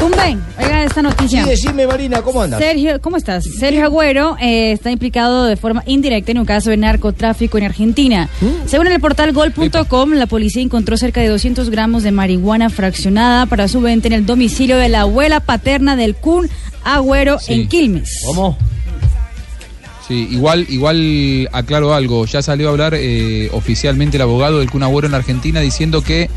Tumbe, oiga esta noticia. Sí, decime, Marina, ¿cómo andas? Sergio, ¿cómo estás? Sergio Agüero eh, está implicado de forma indirecta en un caso de narcotráfico en Argentina. ¿Mm? Según el portal gol.com, la policía encontró cerca de 200 gramos de marihuana fraccionada para su venta en el domicilio de la abuela paterna del Kun Agüero en Quilmes. ¿Cómo? Sí, igual, igual aclaro algo. Ya salió a hablar eh, oficialmente el abogado del Kun Agüero en Argentina diciendo que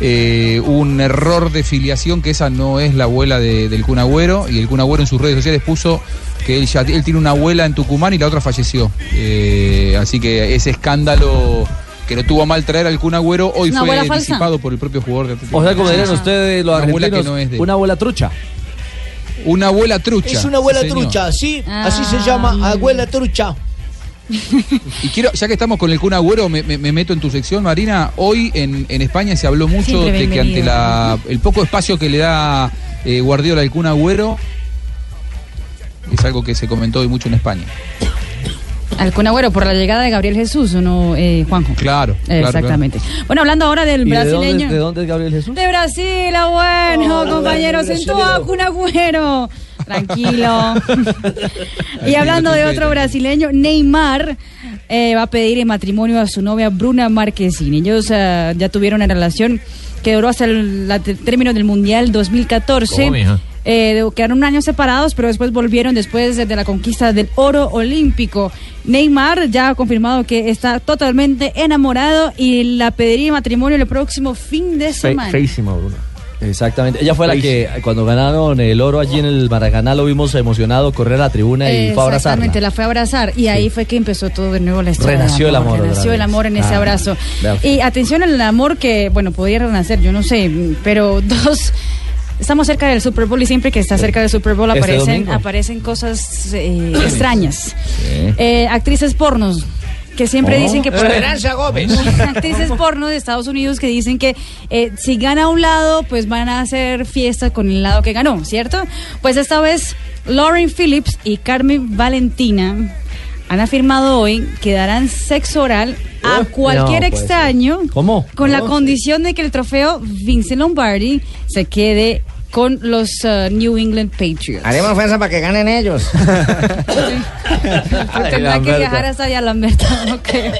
eh, hubo un error de filiación, que esa no es la abuela de- del Kun Agüero. Y el Kun Agüero en sus redes sociales puso que él, ya, él tiene una abuela en Tucumán y la otra falleció. Eh, así que ese escándalo que no tuvo a mal traer al Kun Agüero hoy ¿Una fue abuela falsa? disipado por el propio jugador de Atlético. O sea, como dirían Sí, sí. ustedes los Una abuela que argentinos, no es de él. una abuela trucha. Una abuela trucha. Es una abuela sí, señor. trucha, sí, así se Ah. llama, abuela trucha. Y quiero, ya que estamos con el Kun Agüero, me, me- me meto en tu sección, Marina. Hoy en, en España se habló mucho Siempre de que ante bienvenido. la, el poco espacio que le da eh, Guardiola al Kun Agüero, es algo que se comentó hoy mucho en España. Al Kun Agüero por la llegada de Gabriel Jesús, ¿o no, eh, Juanjo? Claro. claro, Exactamente. claro. Bueno, hablando ahora del ¿Y de brasileño. dónde, de dónde es Gabriel Jesús? De Brasil, ah, bueno, Oh, compañeros, en brasileño. tu un agüero. [laughs] Tranquilo. y hablando de otro brasileño, Neymar eh, va a pedir en matrimonio a su novia Bruna Marquezine. Ellos ah, ya tuvieron una relación que duró hasta el la- el término del Mundial 2014. ¿Cómo, mija? Eh, de- quedaron un año separados, pero después volvieron después de, de la conquista del oro olímpico. Neymar ya ha confirmado que está totalmente enamorado y la pediría en matrimonio el próximo fin de semana. Bruno. Exactamente. Ella fue la que eh, cuando ganaron el oro allí en el Maracaná lo vimos emocionado correr a la tribuna y fue a abrazarla. Exactamente, la fue a abrazar y ahí fue que empezó todo de nuevo la historia. Renació del el amor otra Renació el vez. amor en ese Ah, abrazo. vea. Y atención al amor que, bueno, podía renacer, yo no sé, pero [laughs] dos. Estamos cerca del Super Bowl y siempre que está cerca del Super Bowl Este aparecen, domingo. aparecen [clears throat] cosas eh, extrañas. Eh, actrices pornos que siempre Oh. dicen que Esperanza Gómez. [laughs] actrices porno de Estados Unidos que dicen que eh, si gana un lado pues van a hacer fiesta con el lado que ganó cierto pues esta vez Lauren Phillips y Carmen Valentina han afirmado hoy que darán sexo oral a cualquier Oh. no, puede extraño ¿Cómo? con la No, condición de que el trofeo Vince Lombardi se quede con los eh, New England Patriots Haremos fuerza para que ganen ellos. tendrá que viajar hasta allá Lamberto [laughs] no creo.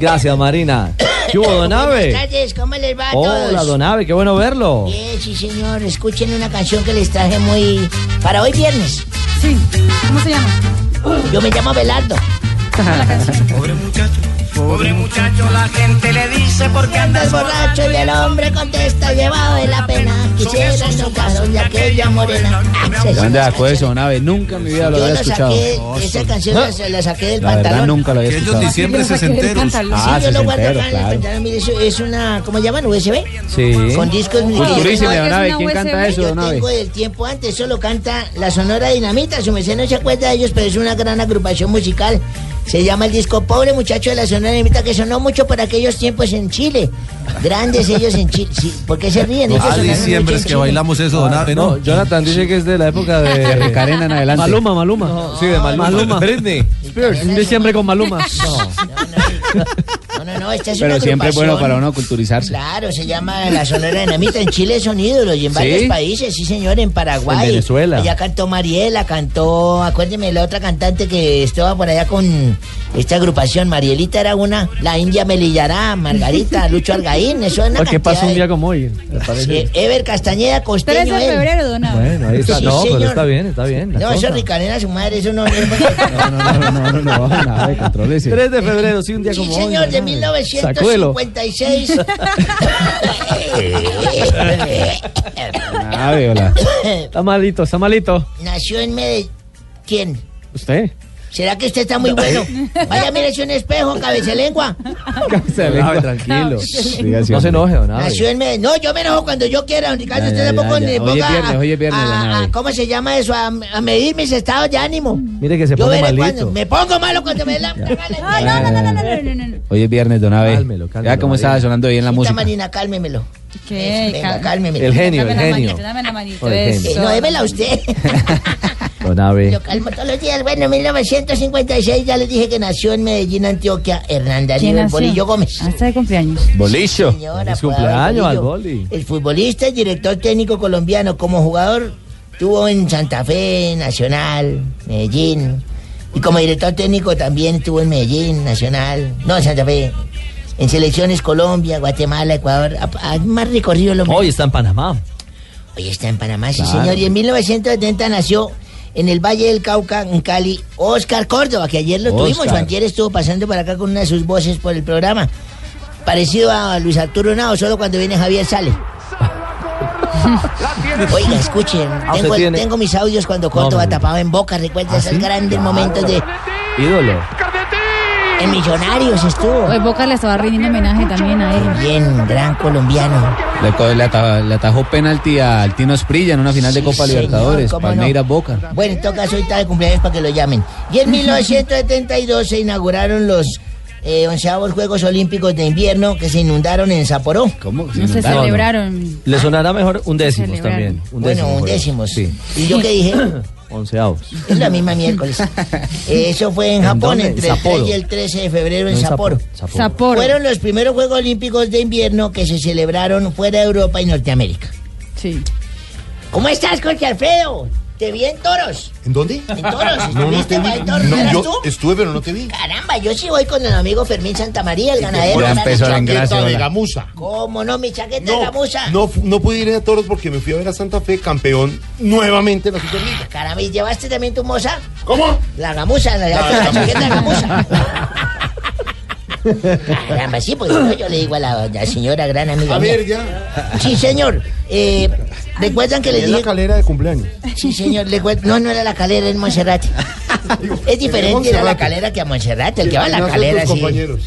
Gracias, Marina. ¿Qué hubo, Buenas Donave? tardes, ¿cómo les va a todos? Hola, Donave, qué bueno verlo. Bien, sí, señor. Escuchen una canción que les traje muy. para hoy viernes. Sí, ¿cómo se llama? Yo me [laughs] llamo Belardo. Pobre muchacho, pobre muchacho, la gente le dice porque andas borracho y el hombre contesta llevado de la pena. Quisiera tocar de aquella morena. Ah, se lo- Anda, eso, nave. Nunca en mi vida lo Yo había la escuchado. saqué, esa canción la- se la saqué del La verdad, pantalón. nunca lo había Aquellos escuchado. diciembre Yo la saqué del sesenteros. pantalón. Ah, sí, yo lo guardo acá sesenteros, en el claro. pantalón. Mire, eso es una, ¿cómo llaman? USB. Sí. Con discos Culturíceme, don Abe, ¿quién canta eso, Yo don Abe? tengo del tiempo antes, eso lo canta la Sonora Dinamita. Su merced no se acuerda de ellos, pero es una gran agrupación musical. Se llama el disco Pobre Muchacho de la Sonora Dinamita, que sonó mucho para aquellos tiempos en Chile. Grandes ellos en Chile. Sí, ¿Por qué se ríen? Ellos Ah, sonaron mucho diciembre es en que Chile. bailamos eso, don Abe, ¿no? Jonathan dice que es de la época de, De Macarena en adelante. Maluma, Maluma. sí, de Maluma. Britney. Spears. Un diciembre con Maluma. No, no, no, esta es Pero una siempre es bueno agrupación. para uno culturizarse. Claro, se llama La Sonora Dinamita. En Chile son ídolos y en ¿Sí? varios países, sí, señor, en Paraguay. En Venezuela. Allá cantó Mariela, cantó, acuérdeme, la otra cantante que estaba por allá con esta agrupación. Marielita era una, la India Melillará, [laughs] Margarita, Lucho Argaín, eso es una [laughs] ¿Qué cantidad pasó un de- día como hoy? Me Sí, parece. Ever Castañeda Costeño. 13 de él. febrero, don Abe. Bueno, ahí está. Sí, No, pero señor. está bien, está bien. la No, eso cosa. es Ricarena, su madre, eso [laughs] no es... 3 de febrero, sí, un día Sí, como hoy. señor, de ¿no? [laughs] 1956. Donave, hola. [coughs] Está malito, está malito. Nació en Medellín. ¿Quién? ¿Usted? ¿Será que usted está [laughs] muy bueno? Vaya, mírese un espejo, cabecelengua. Donave, tranquilo. Shh, No se enoje, Donave. Nació en Medellín. No, yo me enojo cuando yo quiera, don Ricardo. Ya, usted ya, tampoco ya, le ya. Hoy es ponga viernes, a- hoy es viernes, don a- a- Abe. ¿Cómo se llama eso? A, a medir mis estados de ánimo. Mire que se yo pone veré cuando. malito. Me pongo malo cuando me [laughs] la. Ay, no, no, no, no, no, no, no, no. Hoy es viernes, don Abe. Vea cómo estaba sonando bien la Quita, música. Marina, cálmemelo. ¿Qué? Venga, cálmemelo. Eh, El genio, Dame el la genio. manito, dame la manito, Por el eso. genio. No, démela usted. Donave. Lo calmo todos los días. Bueno, en 1956 ya les dije que nació en Medellín, Antioquia, Hernán Darío el nació? Bolillo Gómez. Hasta de cumpleaños. Sí, señora, Es fue cumpleaños Adolfo al Bolillo. boli. El futbolista y director técnico colombiano como jugador Estuvo en Santa Fe, Nacional, Medellín. Y como director técnico también estuvo en Medellín, Nacional. No, Santa Fe. En selecciones Colombia, Guatemala, Ecuador. Ha, ha más recorrido lo Hoy está en Panamá. Hoy está en Panamá, sí, Claro. señor. Y en 1970 nació en el Valle del Cauca, en Cali, Oscar Córdoba, que ayer lo tuvimos. Oscar. Antier estuvo pasando por acá con una de sus voces por el programa. Parecido a Luis Arturo Nao, solo cuando viene Javier sale. Oiga, escuchen, Ah, usted tengo, tiene- tengo mis audios cuando Córdoba tapaba en boca, recuerda ¿Ah, esos grandes momentos de... Ídolo. En Millonarios estuvo. Hoy Boca le estaba rindiendo homenaje también a él. Bien, gran colombiano. Le, co- le ata- le atajó penalti al Tino Esprilla en una final de Sí, Copa señor, Libertadores. cómo no. Palmeiras Boca. Bueno, en todo caso, ahorita de cumpleaños para que lo llamen. Y [laughs] en 1972 se inauguraron los eh, onceavos Juegos Olímpicos de Invierno que se inundaron en Saporó. ¿Cómo? No se celebraron. Le sonará mejor un décimo Se también. Un Bueno, décimo, un por ahí. décimo, Sí. ¿Y yo qué dije? Onceavos. Es la [laughs] misma miércoles. Eh, Eso fue en ¿En Japón, dónde? entre el 3 Sapporo. y el 13 de febrero No, en en Sapporo. Sapporo, Sapporo. Fueron los primeros Juegos Olímpicos de Invierno que se celebraron fuera de Europa y Norteamérica. Sí. ¿Cómo estás, Jorge Alfredo? Te vi en toros. ¿En dónde? En toros. No, no te ¿Estuviste vi. en toros? ¿Eras No, tú? yo estuve, pero no te vi. Caramba, yo sí voy con el amigo Fermín Santamaría, el ganadero. Por Gran empezó la chaqueta engrasa, de hola. gamuza. ¿Cómo no, mi chaqueta de gamuza? No, fu- no pude ir a toros porque me fui a ver a Santa Fe campeón nuevamente en la Superliga. Ah, Caramba, ¿y llevaste también tu moza? ¿Cómo? La gamuza, la, la chaqueta [laughs] de gamuza. Caramba, sí, pues no, yo le digo a la, la señora gran amiga. A mía. ver, ya. Sí, señor. Eh, ¿Recuerdan que le Es la dije? calera de cumpleaños. Sí, señor. le cuen- No, no era la calera, era [laughs] en Monserrate. Es diferente ir a la Monserrate. calera que a Monserrate. El que va a la Amenazó a calera, tus sí. compañeros.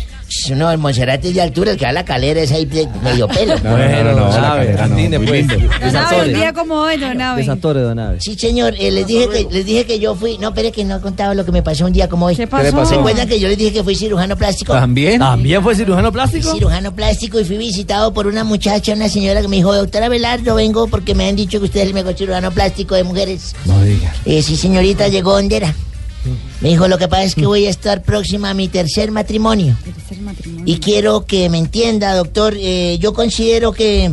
No, el Monserrate es de altura, el que va a la calera es ahí de- medio pelo. No, no, no, no, la calera no, muy lindo. Don Abe, un día como hoy, don Abe. pues. Desatore, don Aves. Sí, señor, eh, les, dije que, les dije que yo fui. No, pero es que no he contado lo que me pasó un día como hoy. ¿Qué pasó? le pasó? ¿Recuerdan que yo les dije que fui cirujano plástico? ¿También fue cirujano Fui plástico? cirujano plástico y fui visitado por una muchacha, una señora que me dijo, doctora Velardo, vengo porque me han dicho que usted es el mejor cirujano plástico de mujeres. No diga. Eh, sí, señorita, llegó hondera. Me dijo, lo que pasa es que voy a estar próxima a mi tercer matrimonio. Y quiero que me entienda, doctor. eh, yo considero que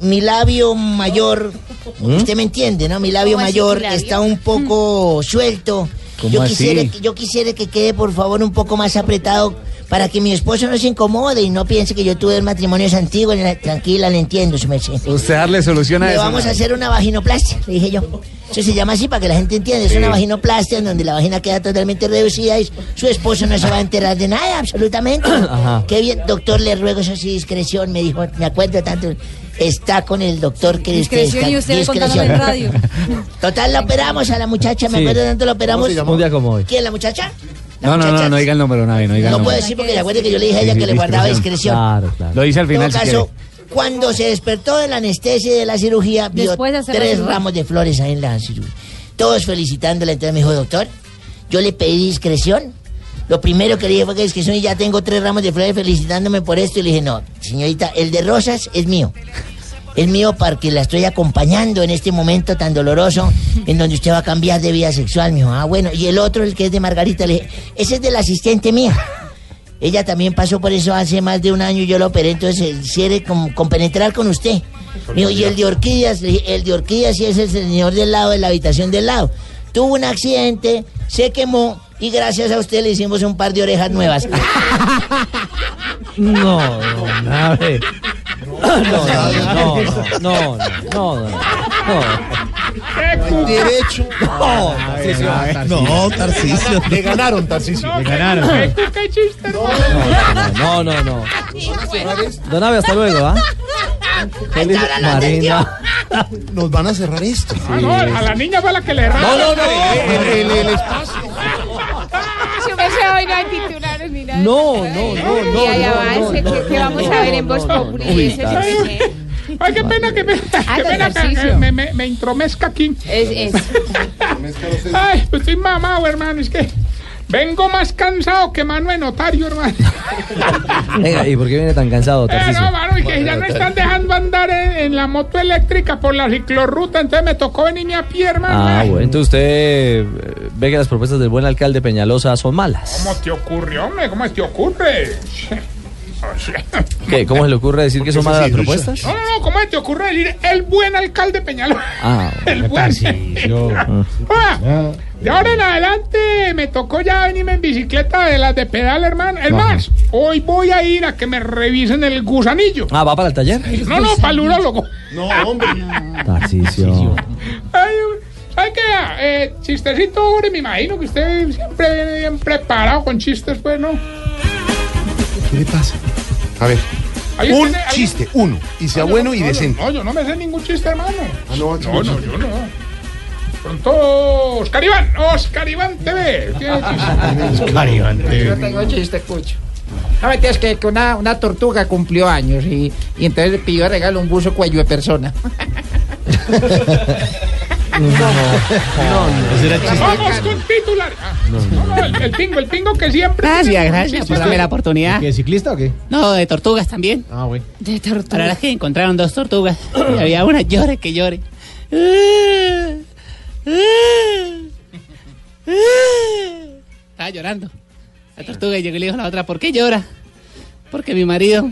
mi labio mayor, ¿Mm? usted me entiende, ¿no? Mi labio ¿Cómo así tu mayor labio? ¿Mm? está un poco suelto. ¿Cómo Yo así? quisiera, que- yo quisiera que quede, por favor, un poco más apretado para que mi esposo no se incomode y no piense que yo tuve el matrimonio es antiguo. ni nada. Tranquila, le entiendo, su merced. Usted darle solución a Le eso. vamos ¿no? a hacer una vaginoplastia, le dije yo. Eso se llama así para que la gente entienda. Es Sí. una vaginoplastia en donde la vagina queda totalmente reducida y su esposo no se va a enterar de nada, [clears throat] absolutamente. Ajá. Qué bien, doctor, le ruego eso sí, discreción. Me dijo, me acuerdo tanto. Está con el doctor que Discreción y usted contándolo en radio. Total, la operamos a la muchacha, me Sí. acuerdo tanto, la operamos. ¿Cómo se llama? Un día como hoy. ¿Quién, la muchacha? No, no, no, no diga el nombre, don Abe, no diga el No nombre. puedo decir porque acuerdo que yo le dije a ella que le guardaba discreción. Lo dice al En todo final. si caso, cuando se despertó de la anestesia y de la cirugía, vio Después de hacer la tres cirugía. ramos de flores ahí en la cirugía. Todos felicitándola. Entonces me dijo, doctor, yo le pedí discreción. Lo primero que le dije fue que discreción y ya tengo tres ramos de flores felicitándome por esto. Y le dije, no, señorita, el de rosas es mío. Es mío porque la estoy acompañando en este momento tan doloroso en donde usted va a cambiar de vida sexual, mijo. Ah, bueno, y el otro, el que es de Margarita, le dije, ese es del asistente mía. Ella también pasó por eso hace más de un año y yo la operé, entonces eh, quiere com- compenetrar con usted. Me dijo, y el de orquídeas, Le dije, el de orquídeas sí es el señor del lado, de la habitación del lado. Tuvo un accidente, se quemó y gracias a usted le hicimos un par de orejas nuevas. No, don Aves. No, no, no, no, no, no, no, no. Derecho. No, Tarcisio. No, Tarcisio. Le ganaron, Tarcisio. Le ganaron. No, no, no, no. Don Abe, hasta luego, [laughs] ¿ah? Feliz Marina. [laughs] Nos van a cerrar esto. No, a la niña fue la que le No, no, no. [laughs] El, [laughs] el espacio. Yo me sé hoy no hay titulares ni nada. No, no, no, no. Y hay avance no, que, no, que no, vamos no, a ver no, en no, Voz no, no. Populi. Uy, Ese ¿eh? es el Tarcisio. primer. Ay, qué pena que me, Ah, qué pena que Tarcisio. me, me, me intromezca aquí. Es, es. Ay, pues estoy mamado, hermano. Es que vengo más cansado que mano de notario, hermano. Venga, ¿y por qué viene tan cansado, Eh, Tarcisio? no, mano, y que ya no están dejando andar en, en la moto eléctrica por la ciclorruta, entonces me tocó venirme a pie, hermano. Ah, Ay, bueno, entonces usted eh, ve que las propuestas del buen alcalde Peñalosa son malas. ¿Cómo te ocurre, hombre? ¿Cómo te ocurre? ¿Qué? ¿Cómo se le ocurre decir que son malas las propuestas? No, no, no, ¿cómo te ocurre decir el buen alcalde Peñaló? [laughs] Ah, el buen. Ah, De ahora en adelante me tocó ya venirme en bicicleta de las de pedal, hermano. Es Ajá. más, hoy voy a ir a que me revisen el gusanillo. Ah, ¿va para el taller? No, no, para el urólogo. No, hombre. Tarcisio. Ay, hombre. ¿Sabe qué? Ah, Eh, chistecito, hombre, me imagino que usted siempre viene bien preparado con chistes, pues, ¿no? ¿Qué le pasa? A ver. Ahí un tiene- ahí- chiste, uno. Y sea No, yo bueno no- y no, yo- decente. No, yo no me sé ningún chiste, hermano. Ah, no, No, chiste. no, yo no. Pronto, Oscar Iván, Oscar Iván TV. Tiene chiste. Oscar Iván TV. Yo tengo chiste, escucho. No, mentira, es que, que una, una tortuga cumplió años y, y entonces le pidió de regalo un buzo cuello de persona. Vamos con titular. Ah, No, no, el, el pingo, el pingo que siempre. Gracias, tiene- gracias Sí, por sí, darme sí. la oportunidad. ¿De ciclista o qué? No, de tortugas también. Ah, bueno. De tortugas. Para las que encontraron [clears throat] dos tortugas. Y había una llore que llore. Ah, ah, ah. Estaba llorando. La tortuga y llegó y le dijo a la otra, ¿por qué llora? Porque mi marido,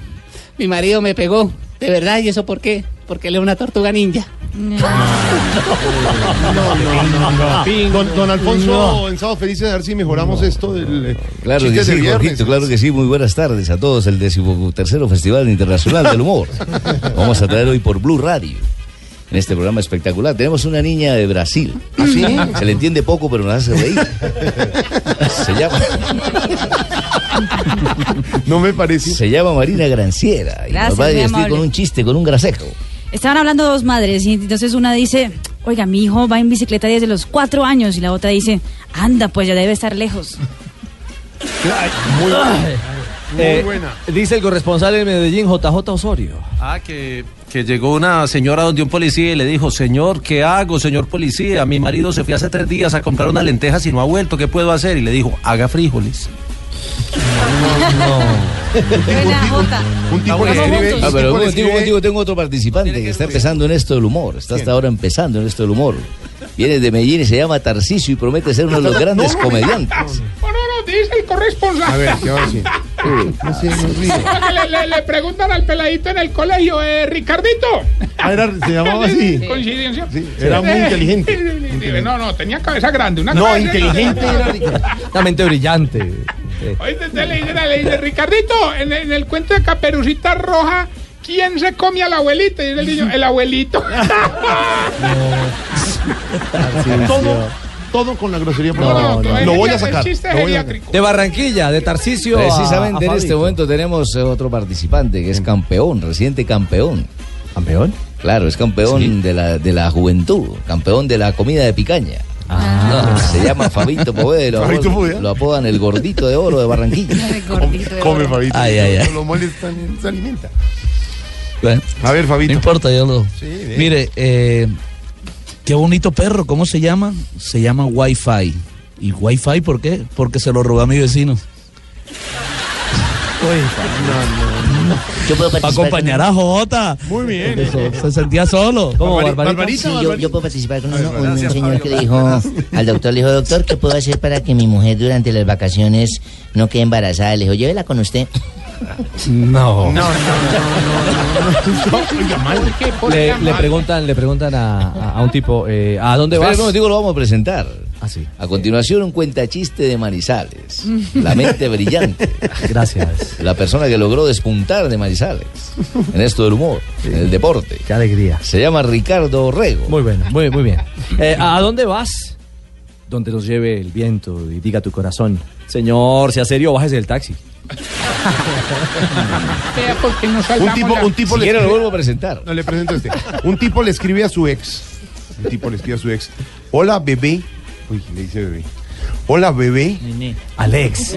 mi marido me pegó. De verdad, ¿y eso por qué? Porque él es una tortuga ninja. No, no, no, no. Don, don Alfonso, No. en Sábado Felices, a ver si mejoramos esto del eh, Claro chiste que sí, de viernes. Jorgito, claro que sí. Muy buenas tardes a todos. El decimotercero Festival Internacional [laughs] del Humor. Vamos a traer hoy por Blue Radio. En este programa espectacular. Tenemos una niña de Brasil. ¿Ah, sí? Se le entiende poco, pero nos hace [laughs] reír. Se llama. No me parece. Se llama Marina Granciera. Y Gracias, nos va a muy divertir con amable. un chiste, con un grasejo. Estaban hablando dos madres y entonces una dice, oiga, mi hijo va en bicicleta desde los cuatro años y la otra dice, anda, pues ya debe estar lejos. Muy buena. Muy buena. Eh, Dice el corresponsal en Medellín, JJ Osorio. Ah, que, que llegó una señora donde un policía y le dijo, señor, ¿qué hago, señor policía? Mi marido se fue hace tres días a comprar unas lentejas y no ha vuelto, ¿qué puedo hacer? Y le dijo, haga frijoles. Un tipo que escribe- Ah, un Ah, tipo que escribe- tengo otro participante que está empezando en esto del humor. Está hasta ahora empezando en esto del humor. Viene de Medellín y se llama Tarcisio y promete ser uno de los grandes comediantes. No, no, no, dice el corresponsal. A ver, ¿qué va a decir? No sé, no ríe. Porque le, le- le preguntan al peladito en el colegio, eh, Ricardito. Ah, era- se llamaba así. Coincidencia. era muy inteligente. No, no, tenía cabeza grande. Una No, cabeza inteligente grande. era Una mente brillante. Oye, entonces le dice, le dice, Ricardito, en, en el cuento de Caperucita Roja, ¿quién se come a la abuelita? Y dice el niño, el abuelito. [laughs] Todo, todo con la grosería. por No, favor. no, lo voy a es sacar. chiste lo voy a- De Barranquilla, de Tarcisio. a- Precisamente a en este Fabito. momento tenemos eh, otro participante que es campeón, reciente Mm. campeón. ¿Campeón? Claro, es campeón de, la, de la juventud, campeón de la comida de picaña. No, se llama Fabito Poveda, lo, Fabito Poveda. apodan, lo apodan el gordito de oro de Barranquilla. [laughs] Este Come, Fabito. Ay, ay, ay. No Lo molestan, se alimenta. A ver, Fabito. No importa, yo lo. Sí, bien. Mire, eh, qué bonito perro, ¿cómo se llama? Se llama Wi-Fi. ¿Y Wi-Fi por qué? Porque se lo robó a mi vecino. Yo puedo Para participar. acompañar a Jota. Muy bien. Se sentía solo. ¿Cómo, Barbari- Barbarita? Barbarita, Sí, yo, Barbarita. yo puedo participar con uno, un, Gracias, señor Fabio. que le dijo al doctor, le dijo, doctor, ¿qué puedo hacer para que mi mujer durante las vacaciones no quede embarazada? Le dijo, llévela con usted. No. No, Le, le preguntan, le preguntan a, a- a un tipo, eh, ¿a dónde Espera vas? Ah, un momentico, lo vamos a presentar. A continuación, un cuentachiste de Manizales. La [laughs] mente brillante. Gracias. La persona que logró despuntar de Manizales. En esto del humor, en el deporte. Qué alegría. Se llama Ricardo Rego. Muy bueno, muy, muy bien. Eh, ¿A dónde vas? Donde nos lleve el viento y diga tu corazón. Señor, sea serio, bájese del taxi. Vea por qué no Un salvamos tipo, la- un tipo Si quiere lo escribe- vuelvo a presentar. No le presento a este. Un tipo le escribe a su ex. Un tipo le escribe a su ex. Hola, bebé. Uy, le dice bebé. Hola, bebé. Alex.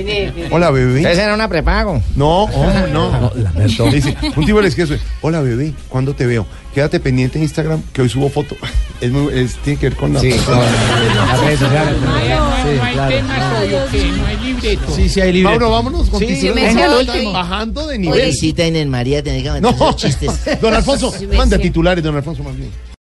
Hola, bebé. Esa era una prepago. No, hombre, no. Le dice, un tipo le escribe a su ex. Hola, bebé. ¿Cuándo te veo? Quédate pendiente en Instagram que hoy subo foto. [laughs] Es muy, es- tiene que ver con la Sí, persona. con las redes sociales. No hay, no hay- Sí, no hay claro. temas obvio que no hay libreto. Sí, sí, hay libreto. Mauro, vámonos con Sí, Tiziano. sí, me Venga, sé el otro. último. Bajando de nivel. Pobrecita Inés María, tenés que aguantar No, esos [laughs] chistes. don Alfonso, Sí, me manda sé. titulares, don Alfonso, más bien.